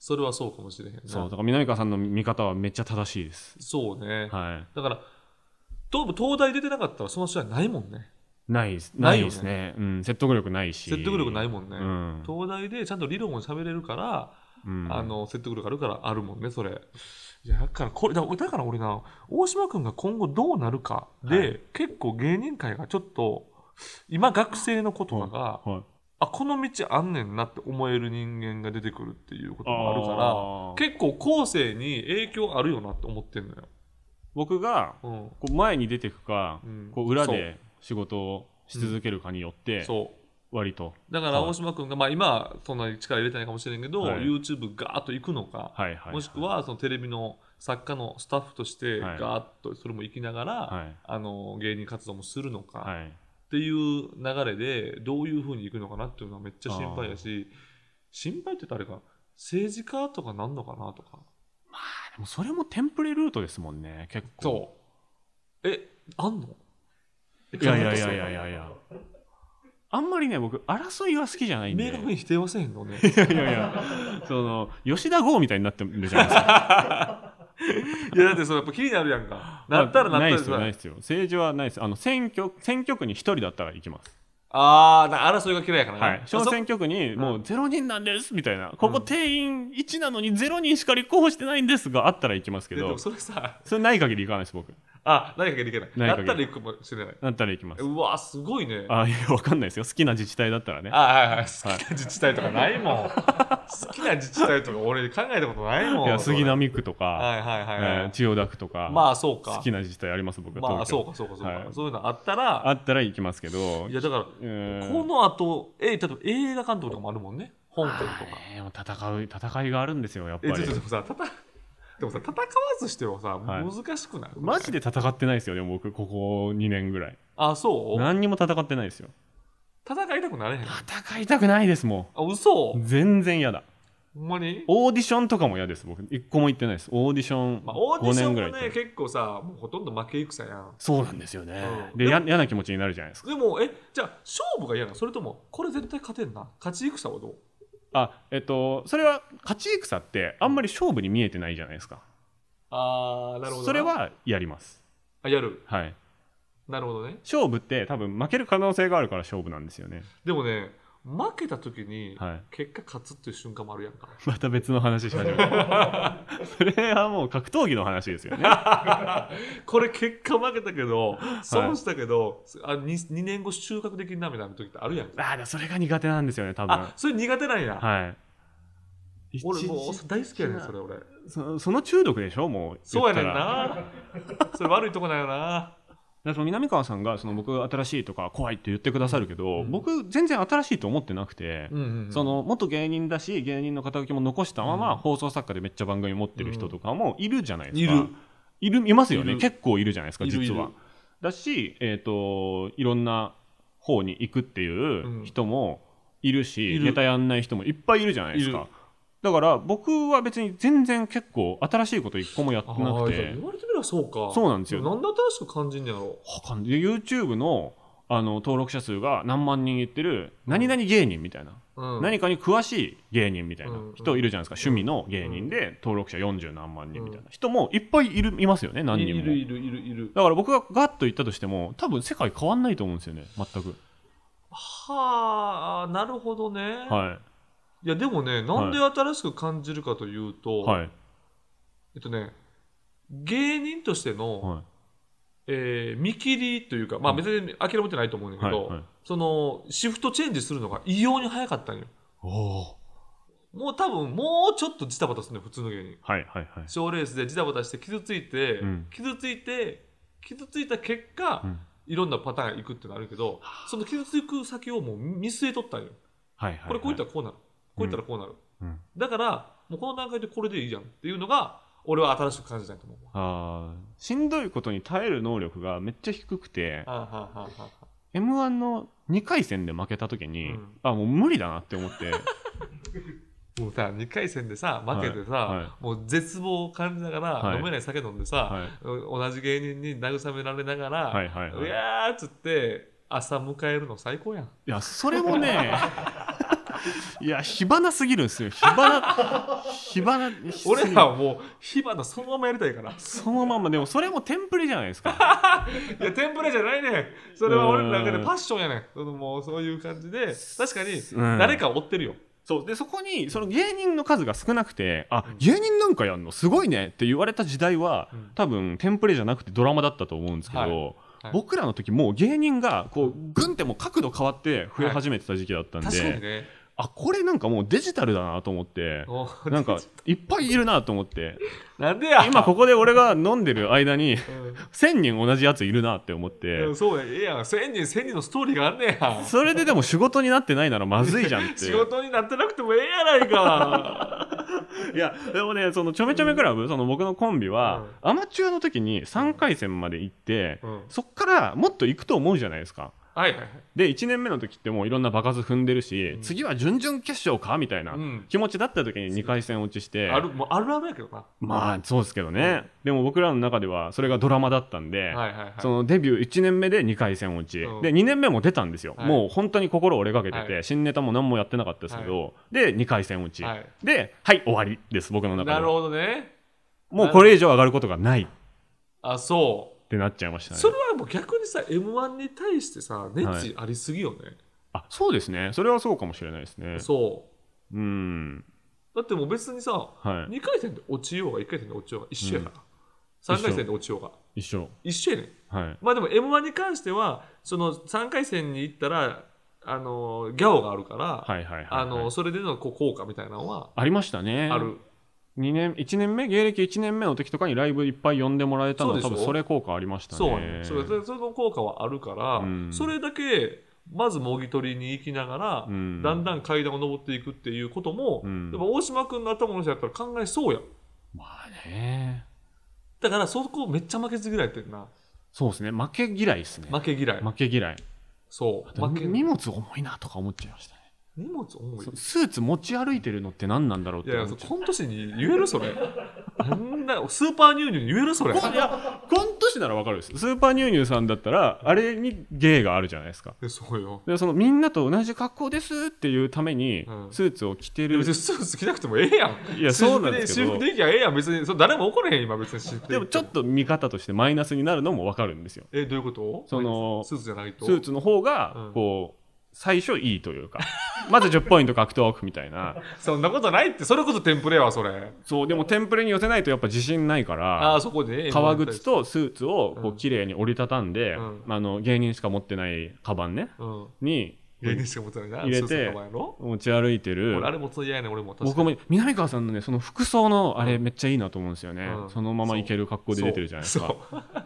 Speaker 3: それはそうかもしれへんな
Speaker 2: そうだから南川さんの見方はめっちゃ正しいです
Speaker 3: そうね、
Speaker 2: は
Speaker 3: だから東部東大出てなかったらその人はないもんね
Speaker 2: いないです
Speaker 3: な
Speaker 2: ないい
Speaker 3: よね
Speaker 2: ですねうん、説得力ないし
Speaker 3: 説得力ないもんね、
Speaker 2: うん
Speaker 3: 東大でちゃんと理論を喋れるから、
Speaker 2: うん
Speaker 3: あの説得力あるからあるもんねそれいやだからこれだだから俺な大島君が今後どうなるかで、
Speaker 2: はい
Speaker 3: 結構芸人界がちょっと今学生の子とかが、
Speaker 2: はい
Speaker 3: あこの道あんねんなって思える人間が出てくるっていうこともあるか
Speaker 2: あ
Speaker 3: ら
Speaker 2: ー
Speaker 3: 結構後世に影響あるよなって思ってんのよ、
Speaker 2: 僕が
Speaker 3: うん、
Speaker 2: こう前に出てくか、
Speaker 3: うん
Speaker 2: こう裏で仕事をし続けるかによって
Speaker 3: そう
Speaker 2: 割と
Speaker 3: だから大島君が、まあ、今はそんなに力入れてないかもしれんけど、
Speaker 2: はい
Speaker 3: YouTube ガーッと行くのか、
Speaker 2: はいはい
Speaker 3: もしくはそのテレビの作家のスタッフとして
Speaker 2: は
Speaker 3: ガ
Speaker 2: い
Speaker 3: ーッとそれも行きながら、
Speaker 2: はい
Speaker 3: あの芸人活動もするのか、
Speaker 2: はい
Speaker 3: っていう流れでどういうふうに行くのかなっていうのはめっちゃ心配やし心配って言ったらあれか政治家とかなんのかなとか
Speaker 2: でもそれもテンプレルートですもんね結構
Speaker 3: そうえあんの
Speaker 2: いやいやいやいやいやいやあんまりね僕争いは好きじゃないんで
Speaker 3: 明確に否定はせへんのね
Speaker 2: いやいやその吉田剛みたいになってるじゃないですか
Speaker 3: いやだってそれやっぱ気に なるやんか なったらなったら
Speaker 2: ないですよないですよ政治はないですあの選挙選挙区に一人だったら行きます、
Speaker 3: ああ、だ争いが嫌いやからね。
Speaker 2: はい、小選挙区にもうゼロ人なんですみたいな、ここ定員1なのにゼロ人しか立候補してないんですがあったら行きますけ
Speaker 3: でで
Speaker 2: ど
Speaker 3: もそれさ、
Speaker 2: それない限り行かないです僕
Speaker 3: あ、何かいけない。
Speaker 2: 何
Speaker 3: な
Speaker 2: か
Speaker 3: っ
Speaker 2: がいけない
Speaker 3: たら行くかもしれない。
Speaker 2: なったら行きます
Speaker 3: うわ、すごいね。あ
Speaker 2: あいやわかんないですよ好きな自治体だったらね
Speaker 3: はいはい、好きな自治体とかないもん。 好きな自治体とか俺考えたことないもん。
Speaker 2: いや杉
Speaker 3: は
Speaker 2: 並区と
Speaker 3: い
Speaker 2: か、
Speaker 3: はいは
Speaker 2: え
Speaker 3: いは
Speaker 2: ー
Speaker 3: い。
Speaker 2: 千代田区とか、
Speaker 3: まあそうか。
Speaker 2: 好きな自治体あります僕
Speaker 3: まあ
Speaker 2: 東京
Speaker 3: そうかそうかそうか。
Speaker 2: はい
Speaker 3: そういうのあったら、
Speaker 2: あったら行きますけど
Speaker 3: いやだから、
Speaker 2: うーん
Speaker 3: この後、え、例えば映画監督とかもあるもんね。香港とか。
Speaker 2: えーでも戦う戦いがあるんですよやっぱ
Speaker 3: え、
Speaker 2: り
Speaker 3: ちょっとでもさ、たた、でもさ、戦わずしてもさ、
Speaker 2: はい
Speaker 3: 難しくない
Speaker 2: マジで戦ってないですよでも僕ここ2年ぐらい
Speaker 3: あ、そう
Speaker 2: 何にも戦ってないですよ
Speaker 3: 戦いたくなれへん。
Speaker 2: 戦いたくないですも
Speaker 3: あ、嘘
Speaker 2: う全然嫌だ
Speaker 3: ほんまに、
Speaker 2: オーディションとかも嫌です僕一個も行ってないですオーディション
Speaker 3: まあ、オーディ
Speaker 2: 5
Speaker 3: ション
Speaker 2: 年ぐら
Speaker 3: も
Speaker 2: い行っ
Speaker 3: ね
Speaker 2: て
Speaker 3: 結構さもうほとんど負け戦やん
Speaker 2: そうなんですよね
Speaker 3: うん
Speaker 2: でや嫌な気持ちになるじゃないですか
Speaker 3: でもえじゃあ勝負が嫌なのそれともこれ絶対勝てんな勝ち戦はどう
Speaker 2: あえっとそれは勝ち戦ってあんまり勝負に見えてないじゃないですか
Speaker 3: あーなるほどな
Speaker 2: それはやります
Speaker 3: あやる
Speaker 2: はい
Speaker 3: なるほどね
Speaker 2: 勝負って多分負ける可能性があるから勝負なんですよね
Speaker 3: でもね負けた時に
Speaker 2: はい
Speaker 3: 結果勝つっていう瞬間もあるやんか、
Speaker 2: また別の話し始めた それはもう格闘技の話ですよね
Speaker 3: これ結果負けたけど損したけど、あ 2, 二年後収穫できんなみたいな時ってあるやんか
Speaker 2: ああそれが苦手なんですよね多分
Speaker 3: あそれ苦手なんや、
Speaker 2: はい
Speaker 3: 俺も
Speaker 2: 一
Speaker 3: う
Speaker 2: 時
Speaker 3: 大好きやねんそれ俺
Speaker 2: そその中毒でしょもう
Speaker 3: そうやねん
Speaker 2: 言ったらだか
Speaker 3: なそれ悪いとこなんやな
Speaker 2: らその南川さんがその僕が新しいとか怖いって言ってくださるけど、
Speaker 3: うん
Speaker 2: 僕全然新しいと思ってなくて、
Speaker 3: うんうんうん
Speaker 2: その元芸人だし芸人の肩書きも残したまま、
Speaker 3: うん
Speaker 2: 放送作家でめっちゃ番組持ってる人とかもいるじゃないで
Speaker 3: い
Speaker 2: すか、
Speaker 3: る
Speaker 2: いるいますよ
Speaker 3: い
Speaker 2: ね
Speaker 3: る
Speaker 2: 結構いるじゃないですか
Speaker 3: いる
Speaker 2: 実はい
Speaker 3: る
Speaker 2: だし、えー、といろんな方に行くっていう人もいるし、
Speaker 3: いる
Speaker 2: ネタやんない人もいっぱいいるじゃないです
Speaker 3: い
Speaker 2: か
Speaker 3: る
Speaker 2: だから僕は別に全然結構新しいこと一個もやってな
Speaker 3: あ
Speaker 2: く
Speaker 3: ーじゃあ
Speaker 2: て
Speaker 3: 言われてみればそうか
Speaker 2: そうなんですよ
Speaker 3: もなんで新しく感じんねやろ
Speaker 2: わかんないで YouTube のあの登録者数が何万人いってる何々芸人みたいな、
Speaker 3: うん
Speaker 2: 何かに詳しい芸人みたいな
Speaker 3: うん
Speaker 2: 人いるじゃないですか、趣味の芸人で登録者40何万人みたいな人もいっぱいいるいますよね何人も
Speaker 3: いるいるいるいる
Speaker 2: だから僕がガッと言ったとしても多分世界変わんないと思うんですよね全く
Speaker 3: はあなるほどね、
Speaker 2: はい
Speaker 3: いやでもねなんで新しく感じるかというと、
Speaker 2: はい
Speaker 3: えっとね芸人としての、
Speaker 2: はい
Speaker 3: えー見切りというか、まあ、別に諦めてないと思うんだけど、
Speaker 2: はいはい
Speaker 3: そのシフトチェンジするのが異様に早かったんよ
Speaker 2: おー
Speaker 3: もう多分もうちょっとジタバタするのよ普通の芸人
Speaker 2: はいはいはい
Speaker 3: 賞レースでジタバタして傷ついて、
Speaker 2: うん
Speaker 3: 傷ついて傷ついた結果、
Speaker 2: うん
Speaker 3: いろんなパターンがいくってのあるけどその傷つく先をもう見据えとったんよ
Speaker 2: はいはいはい
Speaker 3: これこういったらこうなる、こういったらこうなる、
Speaker 2: うん
Speaker 3: だからもうこの段階でこれでいいじゃんっていうのが俺は新しく感じないと思うわ
Speaker 2: あーしんどいことに耐える能力がめっちゃ低くて
Speaker 3: はあはあはあはあ
Speaker 2: m 1の2回戦で負けた時に、
Speaker 3: うん
Speaker 2: あもう無理だなって思って
Speaker 3: もうさ2回戦でさ負けてさ、
Speaker 2: はいは
Speaker 3: もう絶望を感じながら、
Speaker 2: はい
Speaker 3: 飲めない酒飲んでさ、
Speaker 2: は
Speaker 3: 同じ芸人に慰められながら、
Speaker 2: はいはいはい
Speaker 3: いやーっつって朝迎えるの最高やん
Speaker 2: いやそれもね いや火花すぎるんですよ火花火花
Speaker 3: 俺らはもう火花そのままやりたいから
Speaker 2: そのままでもそれもテンプレじゃないですか
Speaker 3: いやテンプレじゃないねんそれは俺の中でパッションやねんそのもうそういう感じで確かに
Speaker 2: うん
Speaker 3: 誰か追ってるよ、
Speaker 2: そうでそこにその芸人の数が少なくてあ芸人なんかやんのすごいねって言われた時代は、
Speaker 3: うん
Speaker 2: 多分テンプレじゃなくてドラマだったと思うんですけど、
Speaker 3: はいはい
Speaker 2: 僕らの時もう芸人がこうグンってもう角度変わって増え始めてた時期だったんで、
Speaker 3: 確かにね
Speaker 2: あこれなんかもうデジタルだなと思って
Speaker 3: お
Speaker 2: なんかいっぱいいるなと思って
Speaker 3: なんでや
Speaker 2: 今ここで俺が飲んでる間に
Speaker 3: うん
Speaker 2: 1000人同じやついるなって思って
Speaker 3: うんそうやええやん千人千人のストーリーがあんねや
Speaker 2: それででも仕事になってないならまずいじゃんって
Speaker 3: 仕事になってなくてもええやない か
Speaker 2: いやでもねそのちょめちょめクラブその僕のコンビは
Speaker 3: う
Speaker 2: アマチュアの時に3回戦まで行って
Speaker 3: うん
Speaker 2: そっからもっと行くと思うじゃないですか
Speaker 3: はいはいはい
Speaker 2: で1年目の時ってもういろんな場数踏んでるし
Speaker 3: ん
Speaker 2: 次は準々決勝かみたいな
Speaker 3: うん
Speaker 2: 気持ちだった時に2回戦落ちして
Speaker 3: あるもうあるあるやけどな
Speaker 2: まあそうですけどね、でも僕らの中ではそれがドラマだったんで、
Speaker 3: はいはいはい
Speaker 2: そのデビュー1年目で2回戦落ち、
Speaker 3: うん
Speaker 2: で2年目も出たんですよ、
Speaker 3: はい
Speaker 2: もう本当に心折れかけてて、
Speaker 3: は
Speaker 2: 新ネタも何もやってなかったですけど、で2回戦落ち、
Speaker 3: はい
Speaker 2: ではい終わりです僕の中
Speaker 3: な
Speaker 2: で
Speaker 3: る
Speaker 2: は
Speaker 3: ほどね
Speaker 2: もうこれ以上上がることがないっ
Speaker 3: あそう
Speaker 2: てなっちゃいましたね
Speaker 3: それはもう逆にさ m 1に対してさ熱意ありすぎよね、
Speaker 2: あそうですねそれはそうかもしれないですね
Speaker 3: そ
Speaker 2: うん
Speaker 3: うだってもう別にさ、
Speaker 2: はい
Speaker 3: 2回戦で落ちようが1回戦で落ちようが一緒やから、3回戦で落ちようが
Speaker 2: 一緒
Speaker 3: 一緒やねん
Speaker 2: はい
Speaker 3: まあでも m 1に関してはその3回戦に行ったらあのギャオがあるから、
Speaker 2: はいはいはいはい、
Speaker 3: あのそれでのこう効果みたいなのは
Speaker 2: ありましたね
Speaker 3: ある、
Speaker 2: 2年1年目芸歴1年目の時とかにライブいっぱい呼んでもらえたのは
Speaker 3: そ
Speaker 2: 多
Speaker 3: うでし
Speaker 2: 分
Speaker 3: ょ
Speaker 2: それ効果ありましたね
Speaker 3: そうやねんそれそれの効果はあるから、
Speaker 2: うん
Speaker 3: それだけまずもぎ取りに行きながら、
Speaker 2: うん
Speaker 3: だんだん階段を上っていくっていうことも、
Speaker 2: うん
Speaker 3: やっぱ大島君の頭の人やったら考えそうやん
Speaker 2: まあね
Speaker 3: だからそこめっちゃ負けず嫌いやってんな
Speaker 2: そうですね負け嫌いですね
Speaker 3: 負け嫌い、
Speaker 2: 負け嫌い
Speaker 3: そう負け
Speaker 2: 荷物重いなとか思っちゃいましたね
Speaker 3: 荷物重い
Speaker 2: そうスーツ持ち歩いてるのって何なんだろうっ
Speaker 3: い
Speaker 2: て
Speaker 3: やいや
Speaker 2: 思
Speaker 3: そ
Speaker 2: っ
Speaker 3: う
Speaker 2: ちゃ
Speaker 3: 今年に言えるそれ あんなスーパーニューニューに言えるそれ
Speaker 2: ういやコント師ならわかるですスーパーニューニューさんだったらあれに芸があるじゃないですか
Speaker 3: いやそうよ
Speaker 2: でそのみんなと同じ格好ですっていうために
Speaker 3: うん
Speaker 2: スーツを着て
Speaker 3: いや
Speaker 2: る、
Speaker 3: 別にスーツ着なくてもええやん
Speaker 2: いやそうなんですけど
Speaker 3: 私服で私服できゃええやん別にそう誰も怒れへん今別に私服で
Speaker 2: でもちょ
Speaker 3: と
Speaker 2: っと見方としてマイナスになるのもわかるんですよ
Speaker 3: えどういうこと
Speaker 2: その
Speaker 3: スーツじゃないと
Speaker 2: スーツの方
Speaker 3: う
Speaker 2: が
Speaker 3: ん
Speaker 2: こう最初いいというかまず10ポイント獲得みたいな
Speaker 3: そんなことないってそれこそテンプレやわそれ
Speaker 2: そうでもテンプレに寄せないとやっぱ自信ないから
Speaker 3: ああそこでね
Speaker 2: 革靴とスーツをこう綺麗に折りたたんで、
Speaker 3: うん
Speaker 2: あの芸人しか持ってないカバンね
Speaker 3: うん
Speaker 2: に
Speaker 3: 芸人しか持ってないな
Speaker 2: 入れて
Speaker 3: スーツの名前やろ
Speaker 2: 持ち歩いてる
Speaker 3: 俺あれもそう嫌やねん俺も確かに
Speaker 2: 僕も南川さんのねその服装のあれめっちゃいいなと思うんですよね、
Speaker 3: うん
Speaker 2: そのままいける格好で出てるじゃないです
Speaker 3: そ
Speaker 2: か
Speaker 3: う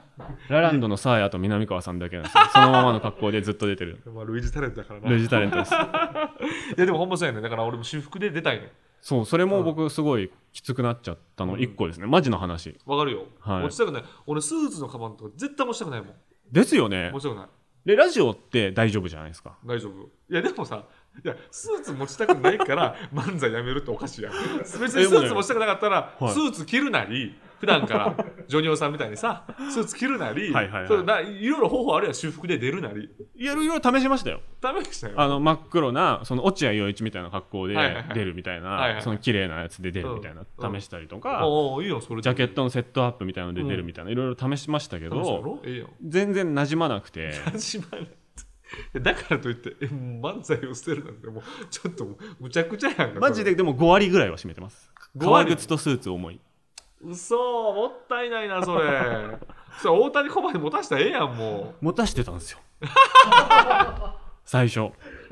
Speaker 2: ラランドのサーヤと南川さんだけなんですよそのままの格好でずっと出てる
Speaker 3: そうまあ類似タレントだからな
Speaker 2: レジタレントです
Speaker 3: いやでもほんまそうやねだから俺も私服で出たいね
Speaker 2: そうそれも僕すごいきつくなっちゃったの1個ですね、マジの話
Speaker 3: わかるよ、
Speaker 2: はい
Speaker 3: 落ちたくない俺スーツのカバンとか絶対持ちたくないもん
Speaker 2: ですよね
Speaker 3: 持ちたくない
Speaker 2: でラジオって大丈夫じゃないですか
Speaker 3: 大丈夫いやでもさいやスーツ持ちたくないから 漫才やめるっておかしいやん別にス
Speaker 2: でもね
Speaker 3: ーツ持ちたくなかったら、
Speaker 2: はい
Speaker 3: スーツ着るなり普段 からジョニオさんみたいにさスーツ着るなり
Speaker 2: はいはいはい
Speaker 3: そうないろいろ方法あるいは修復で出るなり
Speaker 2: いろいろ試しましたよ
Speaker 3: ダメでしたよ
Speaker 2: あの真っ黒なその落合陽一みたいな格好で
Speaker 3: はいはいはい
Speaker 2: 出るみたい
Speaker 3: はいはいは
Speaker 2: ないその綺麗なやつで出るみたいな
Speaker 3: うん
Speaker 2: 試したりとか
Speaker 3: おおいいよそれ
Speaker 2: ジャケットのセットアップみたいなので出るみたいないろいろ試しましたけ
Speaker 3: どうした
Speaker 2: ど
Speaker 3: のええよ
Speaker 2: 全然馴染まなくて
Speaker 3: 始まるだからといってえ漫才を捨てるなんてもうちょっとむちゃくちゃやんか
Speaker 2: マジででも5割ぐらいは占めてます
Speaker 3: 5
Speaker 2: 革
Speaker 3: 割
Speaker 2: 靴とスーツ重い
Speaker 3: 嘘もったいないな それそれ大谷小林持たしたらええやんも
Speaker 2: 持たしてたんで すよ最初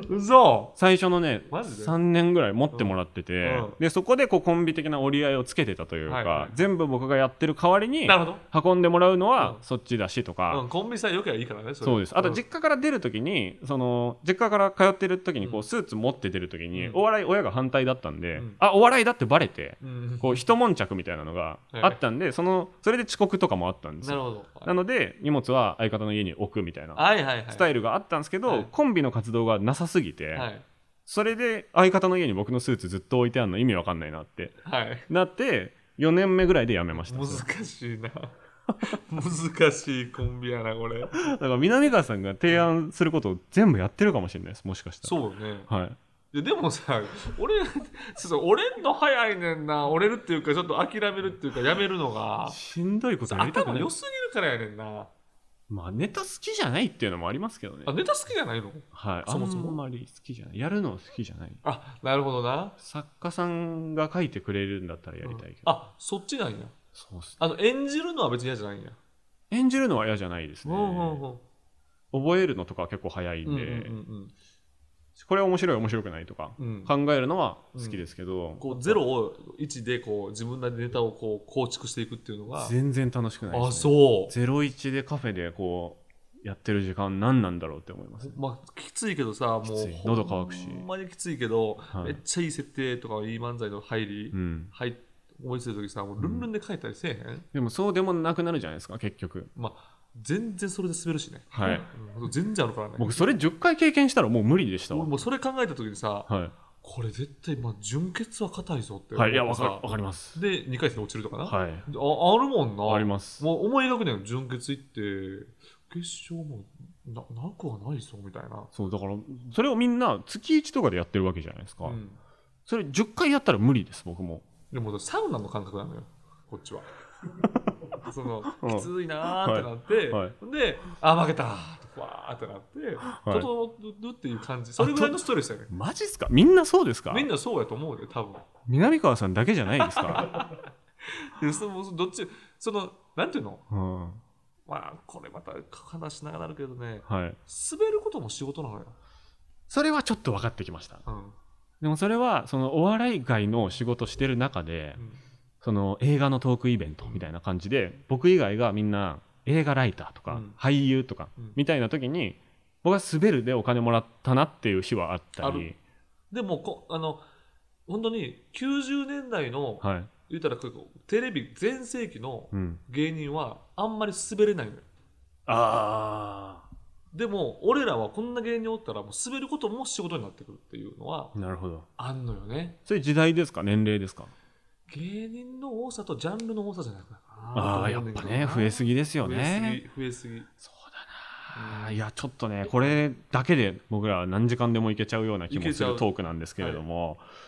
Speaker 3: う嘘
Speaker 2: 最初のね
Speaker 3: マジで
Speaker 2: 3年ぐらい持ってもらってて、
Speaker 3: うんうん
Speaker 2: でそこでこうコンビ的な折り合いをつけてたというか、
Speaker 3: はいはい
Speaker 2: 全部僕がやってる代わりに
Speaker 3: なるほ
Speaker 2: 運んでもらうのは
Speaker 3: うん
Speaker 2: そっちだしとか、
Speaker 3: ど、うん、コンビニさえよけばいいからねそれ
Speaker 2: そうですあと
Speaker 3: ん
Speaker 2: 実家から出るときにその実家から通ってるときにこ
Speaker 3: う
Speaker 2: うんスーツ持って出るときに
Speaker 3: うん
Speaker 2: お笑い親が反対だったんで、
Speaker 3: うん
Speaker 2: あお笑いだってバレて
Speaker 3: うん
Speaker 2: こう一悶着みたいなのが
Speaker 3: はい
Speaker 2: あったんでそのそれで遅刻とかもあったんです
Speaker 3: なる
Speaker 2: よ
Speaker 3: ほど
Speaker 2: なので荷物は相方の家に置くみたいな
Speaker 3: はいはいはい
Speaker 2: スタ
Speaker 3: イ
Speaker 2: イルがあったんですけど、
Speaker 3: はい
Speaker 2: コンビの活動がなさすぎて、
Speaker 3: はい
Speaker 2: それで相方の家に僕のスーツずっと置いてあるの意味わかんないなって
Speaker 3: はい
Speaker 2: なって4年目ぐらいで辞めました
Speaker 3: 難しいな 難しいコンビやなこれ
Speaker 2: だから南川さんが提案することを全部やってるかもしれないですもしかしたら
Speaker 3: そうね
Speaker 2: はい
Speaker 3: いやでもさ俺そうそう折れんの早いねんな折れるっていうかちょっと諦めるっていうかやめるのが
Speaker 2: しんどいことやりたく
Speaker 3: 頭
Speaker 2: ない
Speaker 3: 良すぎるからやねんな
Speaker 2: まあネタ好きじゃないっていうのもありますけどね
Speaker 3: あネタ好きじゃないの
Speaker 2: はいあ
Speaker 3: そ
Speaker 2: ん
Speaker 3: もそも
Speaker 2: まり好きじゃないやるの好きじゃない
Speaker 3: あなるほどな
Speaker 2: 作家さんが書いてくれるんだったらやりたいけど、
Speaker 3: あそっちなんや
Speaker 2: そうっす
Speaker 3: あの演じるのは別に嫌じゃないんや、
Speaker 2: 演じるのは嫌じゃないですね、
Speaker 3: うんうんうん
Speaker 2: 覚えるのとかは結構早いん
Speaker 3: うん
Speaker 2: で、
Speaker 3: うん
Speaker 2: これ面白い面白くないとか
Speaker 3: うんうん
Speaker 2: 考えるのは好きですけど、
Speaker 3: こうゼロを1でこう自分なりにネタをこう構築していくっていうのが
Speaker 2: 全然楽しくないです、ね、
Speaker 3: あそう
Speaker 2: ゼロ一でカフェでこうやってる時間何なんだろうって思いますね、
Speaker 3: まあ、きついけどさもう
Speaker 2: きつい喉乾くし
Speaker 3: ほんまにきついけど、
Speaker 2: はい
Speaker 3: めっちゃいい設定とかいい漫才の入り、
Speaker 2: うん、
Speaker 3: 入っ思いついた時さもうルンルンで書いたりせえへん、
Speaker 2: でもそうでもなくなるじゃないですか結局
Speaker 3: まあ全然それで滑るしね、
Speaker 2: はい
Speaker 3: うん全然あるからね
Speaker 2: 僕それ10回経験したらもう無理でした
Speaker 3: 俺
Speaker 2: わ
Speaker 3: もうそれ考えた時にさ
Speaker 2: は
Speaker 3: これ絶対まあ純潔は硬いぞって
Speaker 2: い、
Speaker 3: 思
Speaker 2: はい、
Speaker 3: っ
Speaker 2: い
Speaker 3: て
Speaker 2: や
Speaker 3: さ
Speaker 2: わかるわかります
Speaker 3: で2回戦落ちるとかな、ああ
Speaker 2: はい
Speaker 3: るもんな
Speaker 2: あります
Speaker 3: もう思い描くねん純潔行って決勝もななくはないぞみたいな、
Speaker 2: そうだからそれをみんな月1とかでやってるわけじゃないですか、
Speaker 3: うん
Speaker 2: それ10回やったら無理です僕も
Speaker 3: でもサウナの感覚なのよこっちは その
Speaker 2: うん
Speaker 3: きついなーってなって、
Speaker 2: はい
Speaker 3: であ負けたーってわーってなって、
Speaker 2: い
Speaker 3: 整うっていう感じそれぐらいのストレスやね
Speaker 2: マジっすかみんなそうですか
Speaker 3: みんなそうやと思うで多分
Speaker 2: 南川さんだけじゃないです か、
Speaker 3: でそのどっちそのなんていうの
Speaker 2: うん、は
Speaker 3: まあこれまた話しながらあるけどね
Speaker 2: い
Speaker 3: 滑ることも仕事なのよ、
Speaker 2: それはちょっと分かってきました
Speaker 3: うん
Speaker 2: でもそれはそのお笑い界の仕事してる中で
Speaker 3: うん
Speaker 2: その映画のトークイベントみたいな感じで僕以外がみんな映画ライターと
Speaker 3: う
Speaker 2: か
Speaker 3: ん
Speaker 2: 俳優とか
Speaker 3: うん
Speaker 2: みたいな時に僕は滑るでお金もらったなっていう日はあった
Speaker 3: あ
Speaker 2: り
Speaker 3: る、でもこあの本当に90年代の、
Speaker 2: はい
Speaker 3: 言ったらこうテレビ全盛期の
Speaker 2: うん、
Speaker 3: 芸人はあんまり滑れないのよ
Speaker 2: あ
Speaker 3: でも俺らはこんな芸人おったらもう滑ることも仕事になってくるっていうのは
Speaker 2: あなるほど
Speaker 3: あんのよね
Speaker 2: そういう時代ですか年齢ですか
Speaker 3: 芸人の多さとジャンルの多さじゃないかな
Speaker 2: ああーやっぱね増えすぎです
Speaker 3: ぎ
Speaker 2: よね
Speaker 3: 増えすぎ増えすぎ
Speaker 2: そうだなあいやちょっとねこれだけで僕らは何時間でもいけちゃうような気も
Speaker 3: いけ
Speaker 2: す
Speaker 3: ちゃ
Speaker 2: る
Speaker 3: う
Speaker 2: トークなんですけれども、えー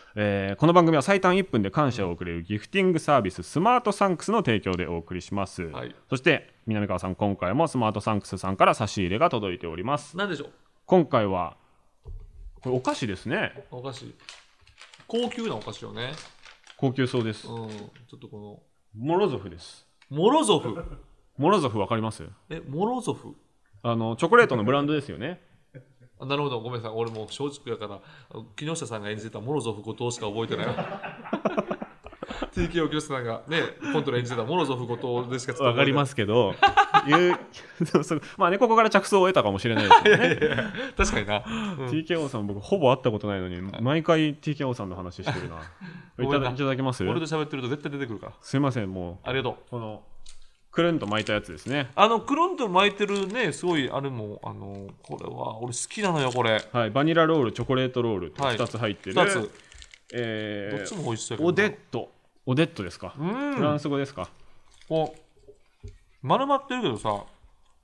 Speaker 2: この番組は最短1分で感謝を送れるギフティングサービススマートサンクスの提供でお送りします、
Speaker 3: はい
Speaker 2: そして南川さん今回もスマートサンクスさんから差し入れが届いております
Speaker 3: なんでしょう
Speaker 2: 今回はこれお菓子ですね
Speaker 3: お菓子高級なお菓子よね
Speaker 2: 高級そうです
Speaker 3: うんちょっとこ
Speaker 2: モロゾフです
Speaker 3: のモロゾフ
Speaker 2: モロゾフわかります
Speaker 3: えモロゾフ
Speaker 2: あのチョコレートのブランドですよね
Speaker 3: あなるほどごめんなさい俺もう松竹やから木下さんが演じてたモロゾフ後藤しか覚えてないわ TKO 木下さんがねコントで演じてたモロゾフ後藤でしかちょっと
Speaker 2: わ
Speaker 3: 覚
Speaker 2: か
Speaker 3: えて
Speaker 2: り
Speaker 3: ない
Speaker 2: ますけどいうそう そうまあねここから着想を得たかもしれないですけどね
Speaker 3: 確かにな、うん
Speaker 2: TKO さん僕ほぼ会ったことないのに毎回 TKO さんの話してる ない
Speaker 3: ご
Speaker 2: た
Speaker 3: めん
Speaker 2: だ
Speaker 3: な
Speaker 2: いただきます
Speaker 3: 俺と喋ってると絶対出てくるから
Speaker 2: すいませんも
Speaker 3: ありがとう
Speaker 2: うこのくるんと巻いたやつですね
Speaker 3: あのクロンと巻いてるねすごいあれもあのこれは俺好きなのよこれ
Speaker 2: はいバニラロールチョコレートロールって
Speaker 3: はい
Speaker 2: 2つ入ってる、
Speaker 3: 2つ
Speaker 2: えー
Speaker 3: どっちも美味しそうやけど
Speaker 2: オデットオデットですか、
Speaker 3: うん
Speaker 2: フランス語ですか
Speaker 3: こう丸まってるけどさ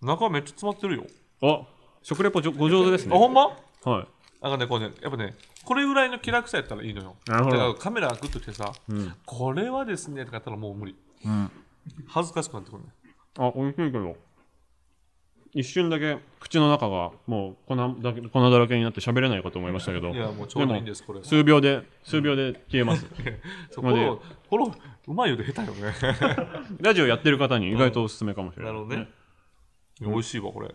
Speaker 3: 中めっちゃ詰まってるよ、
Speaker 2: あ食レポじょご上手です
Speaker 3: あほ
Speaker 2: ね
Speaker 3: んま
Speaker 2: はい
Speaker 3: なんかねこうねやっぱねこれぐらいの気楽さやったらいいのよ
Speaker 2: なるほど
Speaker 3: だからカメラグッと来てさ、
Speaker 2: ん
Speaker 3: これはですねとかやったらもう無理
Speaker 2: うん
Speaker 3: 恥ずかしくなってくるね
Speaker 2: あ美味しいけど一瞬だけ口の中がもう粉だけ粉だらけになって喋れないかと思いましたけど
Speaker 3: いやもうちょうどいいんですこれ
Speaker 2: 数秒で数秒で消えます、
Speaker 3: そうフォローフォローうまいより下手よね
Speaker 2: ラジオやってる方に意外とおすすめかもしれな、
Speaker 3: ないるほどね美味しいわこれ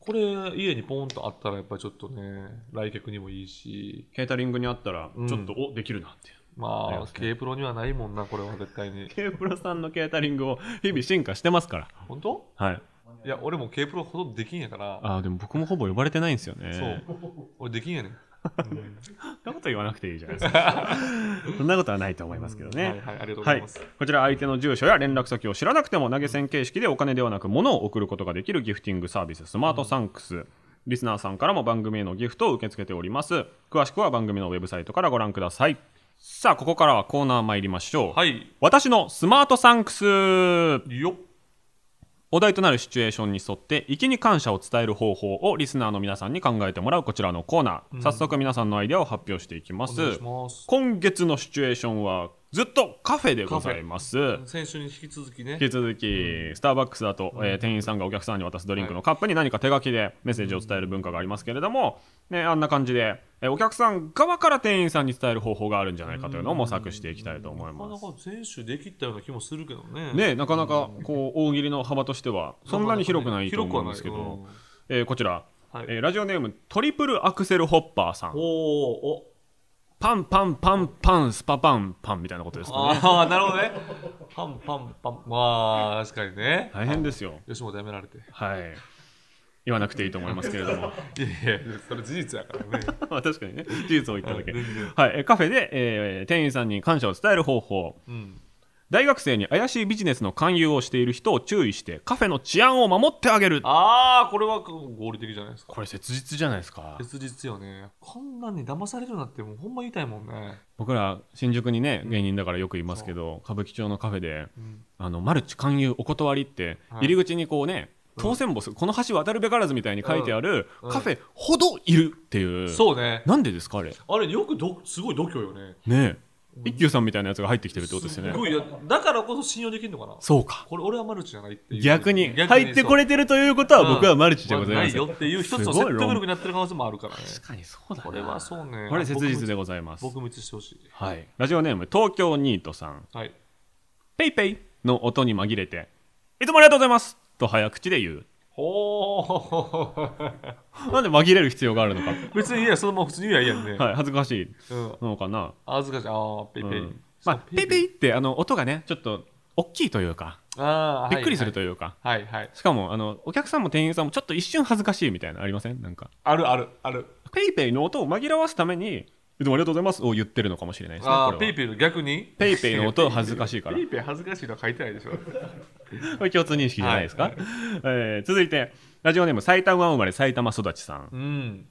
Speaker 3: これ家にポンとあったらやっぱりちょっとね来客にもいいし
Speaker 2: ケータリングにあったら
Speaker 3: うん
Speaker 2: ちょっと、おできるなっていう あり
Speaker 3: ま
Speaker 2: ま
Speaker 3: あ
Speaker 2: すね
Speaker 3: K プロにはないもんなこれは絶対に
Speaker 2: K プロさんのケータリングを日々進化してますから
Speaker 3: 本当
Speaker 2: はい
Speaker 3: いや俺も K プロほとんどできんやから
Speaker 2: ああでも僕もほぼ呼ばれてないんですよね
Speaker 3: そう俺できんやねんうん
Speaker 2: そんなこと言わなくていいじゃないですか そんなことはないと思い ますけどね、
Speaker 3: はいはいありがとうござ
Speaker 2: はいい
Speaker 3: ます、、
Speaker 2: こちら相手の住所や連絡先を知らなくても投げ銭形式でお金ではなく物を送ることができるギフティングサービススマートサンクス、リスナーさんからも番組へのギフトを受け付けております詳しくは番組のウェブサイトからご覧くださいさあここからはコーナー参りましょう、
Speaker 3: はい
Speaker 2: 私のスマートサンクス
Speaker 3: よっ
Speaker 2: お題となるシチュエーションに沿って粋に感謝を伝える方法をリスナーの皆さんに考えてもらうこちらのコーナー、早速皆さんのアイデアを発表していきま
Speaker 3: お
Speaker 2: す
Speaker 3: 願いします
Speaker 2: 今月のシチュエーションはずっとカフェでございます
Speaker 3: 先週に引き続きね
Speaker 2: 引き続きスターバックスだと、えー店員さんがお客さんに渡すドリンクのカップに何か手書きでメッセージを伝える文化がありますけれども、ね、あんな感じで、えーお客さん側から店員さんに伝える方法があるんじゃないかというのを模索していきたいと思い
Speaker 3: なか
Speaker 2: ま
Speaker 3: な
Speaker 2: す。
Speaker 3: か先週できたような気もするけどね
Speaker 2: ね、なかなかこう大喜利の幅としてはそんなに広くないと思うんですけ
Speaker 3: 広くは
Speaker 2: ど、
Speaker 3: ない
Speaker 2: えーこちら、
Speaker 3: はい
Speaker 2: えーラジオネームトリプルアクセルホッパーさん
Speaker 3: うんおーお
Speaker 2: パンパンパンパンスパパンパンみたいなことですかね
Speaker 3: あ あなるほどねパンパンパンまあ確かにね
Speaker 2: 大変ですよ
Speaker 3: 吉本辞められて
Speaker 2: はい言わなくていいと思いますけれども
Speaker 3: いやいやそれ事実やからね
Speaker 2: まあ確かにね事実を言っただけ
Speaker 3: うん全然
Speaker 2: はいえカフェで、えー店員さんに感謝を伝える方法
Speaker 3: うん
Speaker 2: 大学生に怪しいビジネスの勧誘をしている人を注意してカフェの治安を守ってあげる
Speaker 3: ああこれは合理的じゃないですか
Speaker 2: これ切実じゃないですか
Speaker 3: 切実よねこんなんに騙されるなってもうほんま言いたいもんね、
Speaker 2: 僕ら新宿にね芸人だからよくいますけど歌舞伎町のカフェで
Speaker 3: うん、
Speaker 2: あのマルチ勧誘お断りって
Speaker 3: はい
Speaker 2: 入り口にこうね当選ボス、この橋渡るべからずみたいに書いてある、カフェほどいるっていう、
Speaker 3: そうね
Speaker 2: なんでですかあれ
Speaker 3: あれよくどすごい度胸よね
Speaker 2: ねえ一休さんみたいなやつが入ってきてるってことですよね
Speaker 3: ごいやだからこそ信用できるのかな
Speaker 2: そうか
Speaker 3: これ俺はマルチじゃないっていう
Speaker 2: 逆に入ってこ
Speaker 3: れ
Speaker 2: れてるということは僕はマルチでございま
Speaker 3: な
Speaker 2: す
Speaker 3: いよっていう一つの説得力になってる可能性もあるからね
Speaker 2: 確かにそうだ
Speaker 3: これはそうね
Speaker 2: これ切実で
Speaker 3: 撲滅
Speaker 2: ございます
Speaker 3: 撲滅してほしい
Speaker 2: はいラジオネーム東京ニートさん
Speaker 3: はい
Speaker 2: ペイペイの音に紛れていつもありがとうございますと早口で言う
Speaker 3: ほ ー
Speaker 2: なんで紛れる必要があるのか
Speaker 3: 別にいいやそのまま普通に言えばいいやんね、
Speaker 2: はい恥ずかしい
Speaker 3: うん
Speaker 2: のかな
Speaker 3: あずかしいあーペイペイ、
Speaker 2: うんまあペイペ
Speaker 3: イ
Speaker 2: イってあの音がねちょっと大きいというか
Speaker 3: あー
Speaker 2: びっくりすると
Speaker 3: はい
Speaker 2: いうか
Speaker 3: はい、はいはい、
Speaker 2: しかもあのお客さんも店員さんもちょっと一瞬恥ずかしいみたいなのありませんなんか
Speaker 3: あるあるある
Speaker 2: ペイペイの音を紛らわすためにいつもありがとうございますを言ってるのかもしれないですね
Speaker 3: あ
Speaker 2: こ
Speaker 3: ー
Speaker 2: れ
Speaker 3: ペイ
Speaker 2: は
Speaker 3: ペイの逆に
Speaker 2: ペイペイの音恥ずかし いから
Speaker 3: ペイペイ恥ずかしいのは書いてないでしょ
Speaker 2: これ共通認識じゃないですか、
Speaker 3: はい
Speaker 2: えー続いてラジオネーム埼玉生まれ埼玉育ちさん
Speaker 3: うん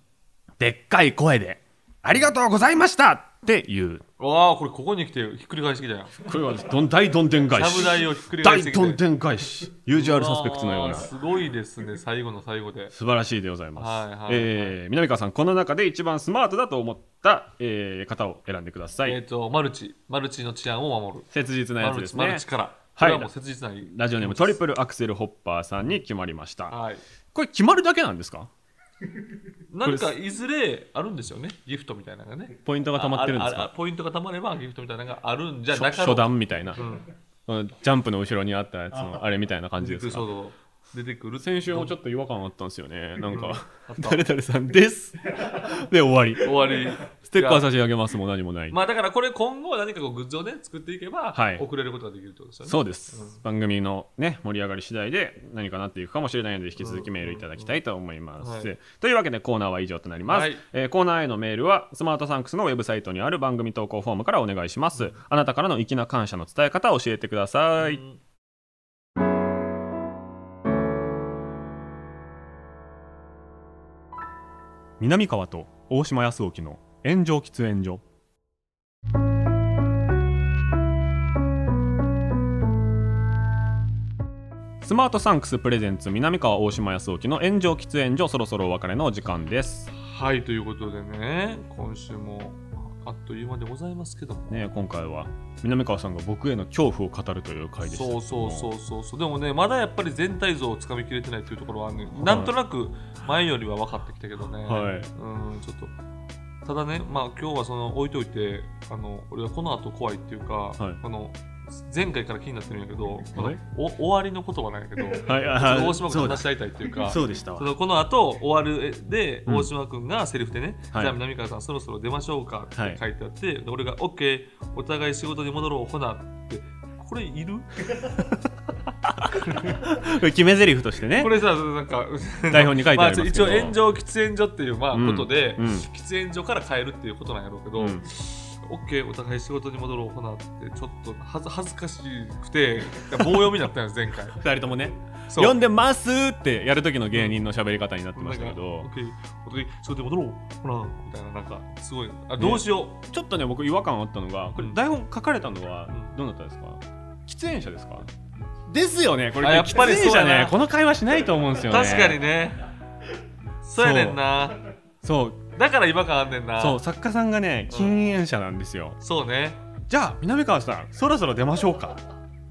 Speaker 2: でっかい声で「ありがとうございました!」っていう
Speaker 3: わあこれここに来てひっくり返してきたやん
Speaker 2: これはどん大どんでん返
Speaker 3: し
Speaker 2: し
Speaker 3: ちゃぶ台をひっくり返
Speaker 2: 大
Speaker 3: してきて
Speaker 2: どんでん返しユージュアルサスペクトのような
Speaker 3: わあすごいですね最後の最後で
Speaker 2: 素晴らしいでございます、
Speaker 3: はいはいはい
Speaker 2: えー南川さんこの中で一番スマートだと思った、えー方を選んでください、
Speaker 3: えっ、とマルチマルチの治安を守る
Speaker 2: 切実なや
Speaker 3: マ
Speaker 2: つ
Speaker 3: ル
Speaker 2: で
Speaker 3: チ、
Speaker 2: す
Speaker 3: マ
Speaker 2: ね
Speaker 3: ルチからこ
Speaker 2: はい
Speaker 3: れはもう切実な
Speaker 2: ラジオネームトリプルアクセルホッパーさんに決まりました
Speaker 3: はい
Speaker 2: これ決まるだけなんですか
Speaker 3: なんかいずれあるんですよねギフトみたいなのがね
Speaker 2: ポイントが溜まってるんです
Speaker 3: あああ
Speaker 2: か
Speaker 3: ポイントがたまればギフトみたいなのがあるんじゃ
Speaker 2: 初
Speaker 3: なかろ
Speaker 2: 初
Speaker 3: うか
Speaker 2: 段みたいな、うんジャンプの後ろにあったやつのあれみたいな感じ
Speaker 3: 出
Speaker 2: です
Speaker 3: てくる
Speaker 2: か
Speaker 3: そうそう出てくる
Speaker 2: 先週もちょっと違和感あったんですよねなんか「
Speaker 3: た
Speaker 2: 誰々さんです」で終わり
Speaker 3: 終わり
Speaker 2: ステッカー差し上げますも何もない、
Speaker 3: まあだからこれ今後何かこうグッズをね作っていけば
Speaker 2: はい
Speaker 3: 送れることができるってことですよね。
Speaker 2: そうです、番組のね盛り上がり次第で何かなっていくかもしれないので引き続きメールいただきたいと思います、
Speaker 3: うんうんうんは
Speaker 2: というわけでコーナーは以上となります、
Speaker 3: はい
Speaker 2: えーコーナーへのメールはスマートサンクスのウェブサイトにある番組投稿フォームからお願いします、あなたからの粋な感謝の伝え方を教えてください、
Speaker 3: うん
Speaker 2: 南川と大島康沖の炎上喫煙所スマートサンクスプレゼンツ南川大島康沖の炎上喫煙所そろそろお別れのお時間です
Speaker 3: はいということでね今週もあっという間でございますけども
Speaker 2: ね、今回は南川さんが僕への恐怖を語るという回でした
Speaker 3: そうそうそうそうそうでもねまだやっぱり全体像をつかみきれてないというところはあるねなんとなく前よりは分かってきたけどね、
Speaker 2: はい
Speaker 3: うんちょっとただねまあ今日はその置いといてあの俺はこの後怖いっていうか、
Speaker 2: はい
Speaker 3: あの前回から気になってるんやけど、
Speaker 2: はい
Speaker 3: お終わりの言葉なんやけどちょ っ
Speaker 2: はいあー
Speaker 3: と大島君
Speaker 2: そう
Speaker 3: と
Speaker 2: だ
Speaker 3: 話し合いたいっていうか
Speaker 2: そうでしたわ
Speaker 3: そのこの後終わるで、
Speaker 2: うん
Speaker 3: 大島君がセリフでね、
Speaker 2: はい
Speaker 3: じゃあ南川さんそろそろ出ましょうかっ
Speaker 2: は
Speaker 3: て
Speaker 2: い
Speaker 3: 書いてあって、で俺が「OK お互い仕事に戻ろうほな」ってこれいる
Speaker 2: 決め台詞としてね
Speaker 3: これさなん か
Speaker 2: 台本に書いてありますけど
Speaker 3: あ一応炎上喫煙所っていう、まあ
Speaker 2: うん
Speaker 3: ことで、
Speaker 2: うん
Speaker 3: 喫煙所から帰るっていうことなんやろうけど、
Speaker 2: うん
Speaker 3: OK お互い仕事に戻ろうほなってちょっとはず恥ずかしくて棒読みだったんです前 回
Speaker 2: 二人ともね
Speaker 3: そう
Speaker 2: 読んでますってやる時の芸人の喋り方になってましたけど
Speaker 3: なんか OK お互い仕事に戻ろうほなみたいななんかすごいあどうしよう、
Speaker 2: ちょっとね僕違和感あったのがこれ
Speaker 3: うん
Speaker 2: 台本書かれたのは
Speaker 3: うん
Speaker 2: どうだったんですか喫煙者ですかですよねこれ
Speaker 3: あやっ
Speaker 2: 喫
Speaker 3: ぱり
Speaker 2: 煙
Speaker 3: そう
Speaker 2: 者
Speaker 3: やな
Speaker 2: ねこの会話しないと思うんですよね
Speaker 3: 確かにねそうやねんな
Speaker 2: そう
Speaker 3: だから違和感あんねんな
Speaker 2: そう作家さんがね禁煙者なんですよ
Speaker 3: そうね
Speaker 2: じゃあ南川さんそろそろ出ましょうか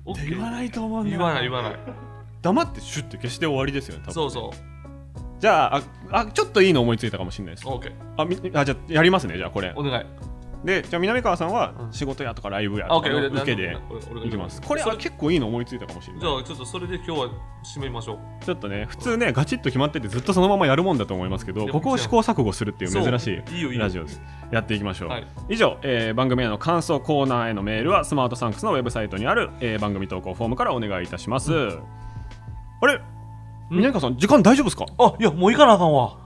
Speaker 3: オ
Speaker 2: っ
Speaker 3: ッ
Speaker 2: て
Speaker 3: ケ
Speaker 2: 言わ
Speaker 3: ー
Speaker 2: ないと思うんだ
Speaker 3: 言
Speaker 2: よ
Speaker 3: わない言わない
Speaker 2: 黙ってシュッて消して終わりですよね多分
Speaker 3: そうそ
Speaker 2: じゃあああちょっといいの思いついたかもしれないです
Speaker 3: うオッケー
Speaker 2: あみあじゃあやりますねじゃあこれ
Speaker 3: お願い
Speaker 2: でじゃあ南川さんは
Speaker 3: うん
Speaker 2: 仕事やとかライブや
Speaker 3: あオ
Speaker 2: と
Speaker 3: ッ
Speaker 2: か
Speaker 3: ケー
Speaker 2: の受けでいきますこれ
Speaker 3: そ
Speaker 2: は結構いいの思いついたかもしれない
Speaker 3: じゃあちょっとそれで今日は締めましょう
Speaker 2: ちょっとね普通ねガチッと決まっててずっとそのままやるもんだと思いますけ
Speaker 3: い
Speaker 2: ど
Speaker 3: や
Speaker 2: ここを試行錯誤するっていう
Speaker 3: そう
Speaker 2: 珍し
Speaker 3: いいよいい
Speaker 2: い
Speaker 3: よ
Speaker 2: ラジオですやっていきましょう、
Speaker 3: はい
Speaker 2: 以上、えー番組への感想コーナーへのメールはスマートサンクスのウェブサイトにある、えー番組投稿フォームからお願いいたします、あれ南川さん時間大丈夫ですか
Speaker 3: あいやもう行かなあかんわ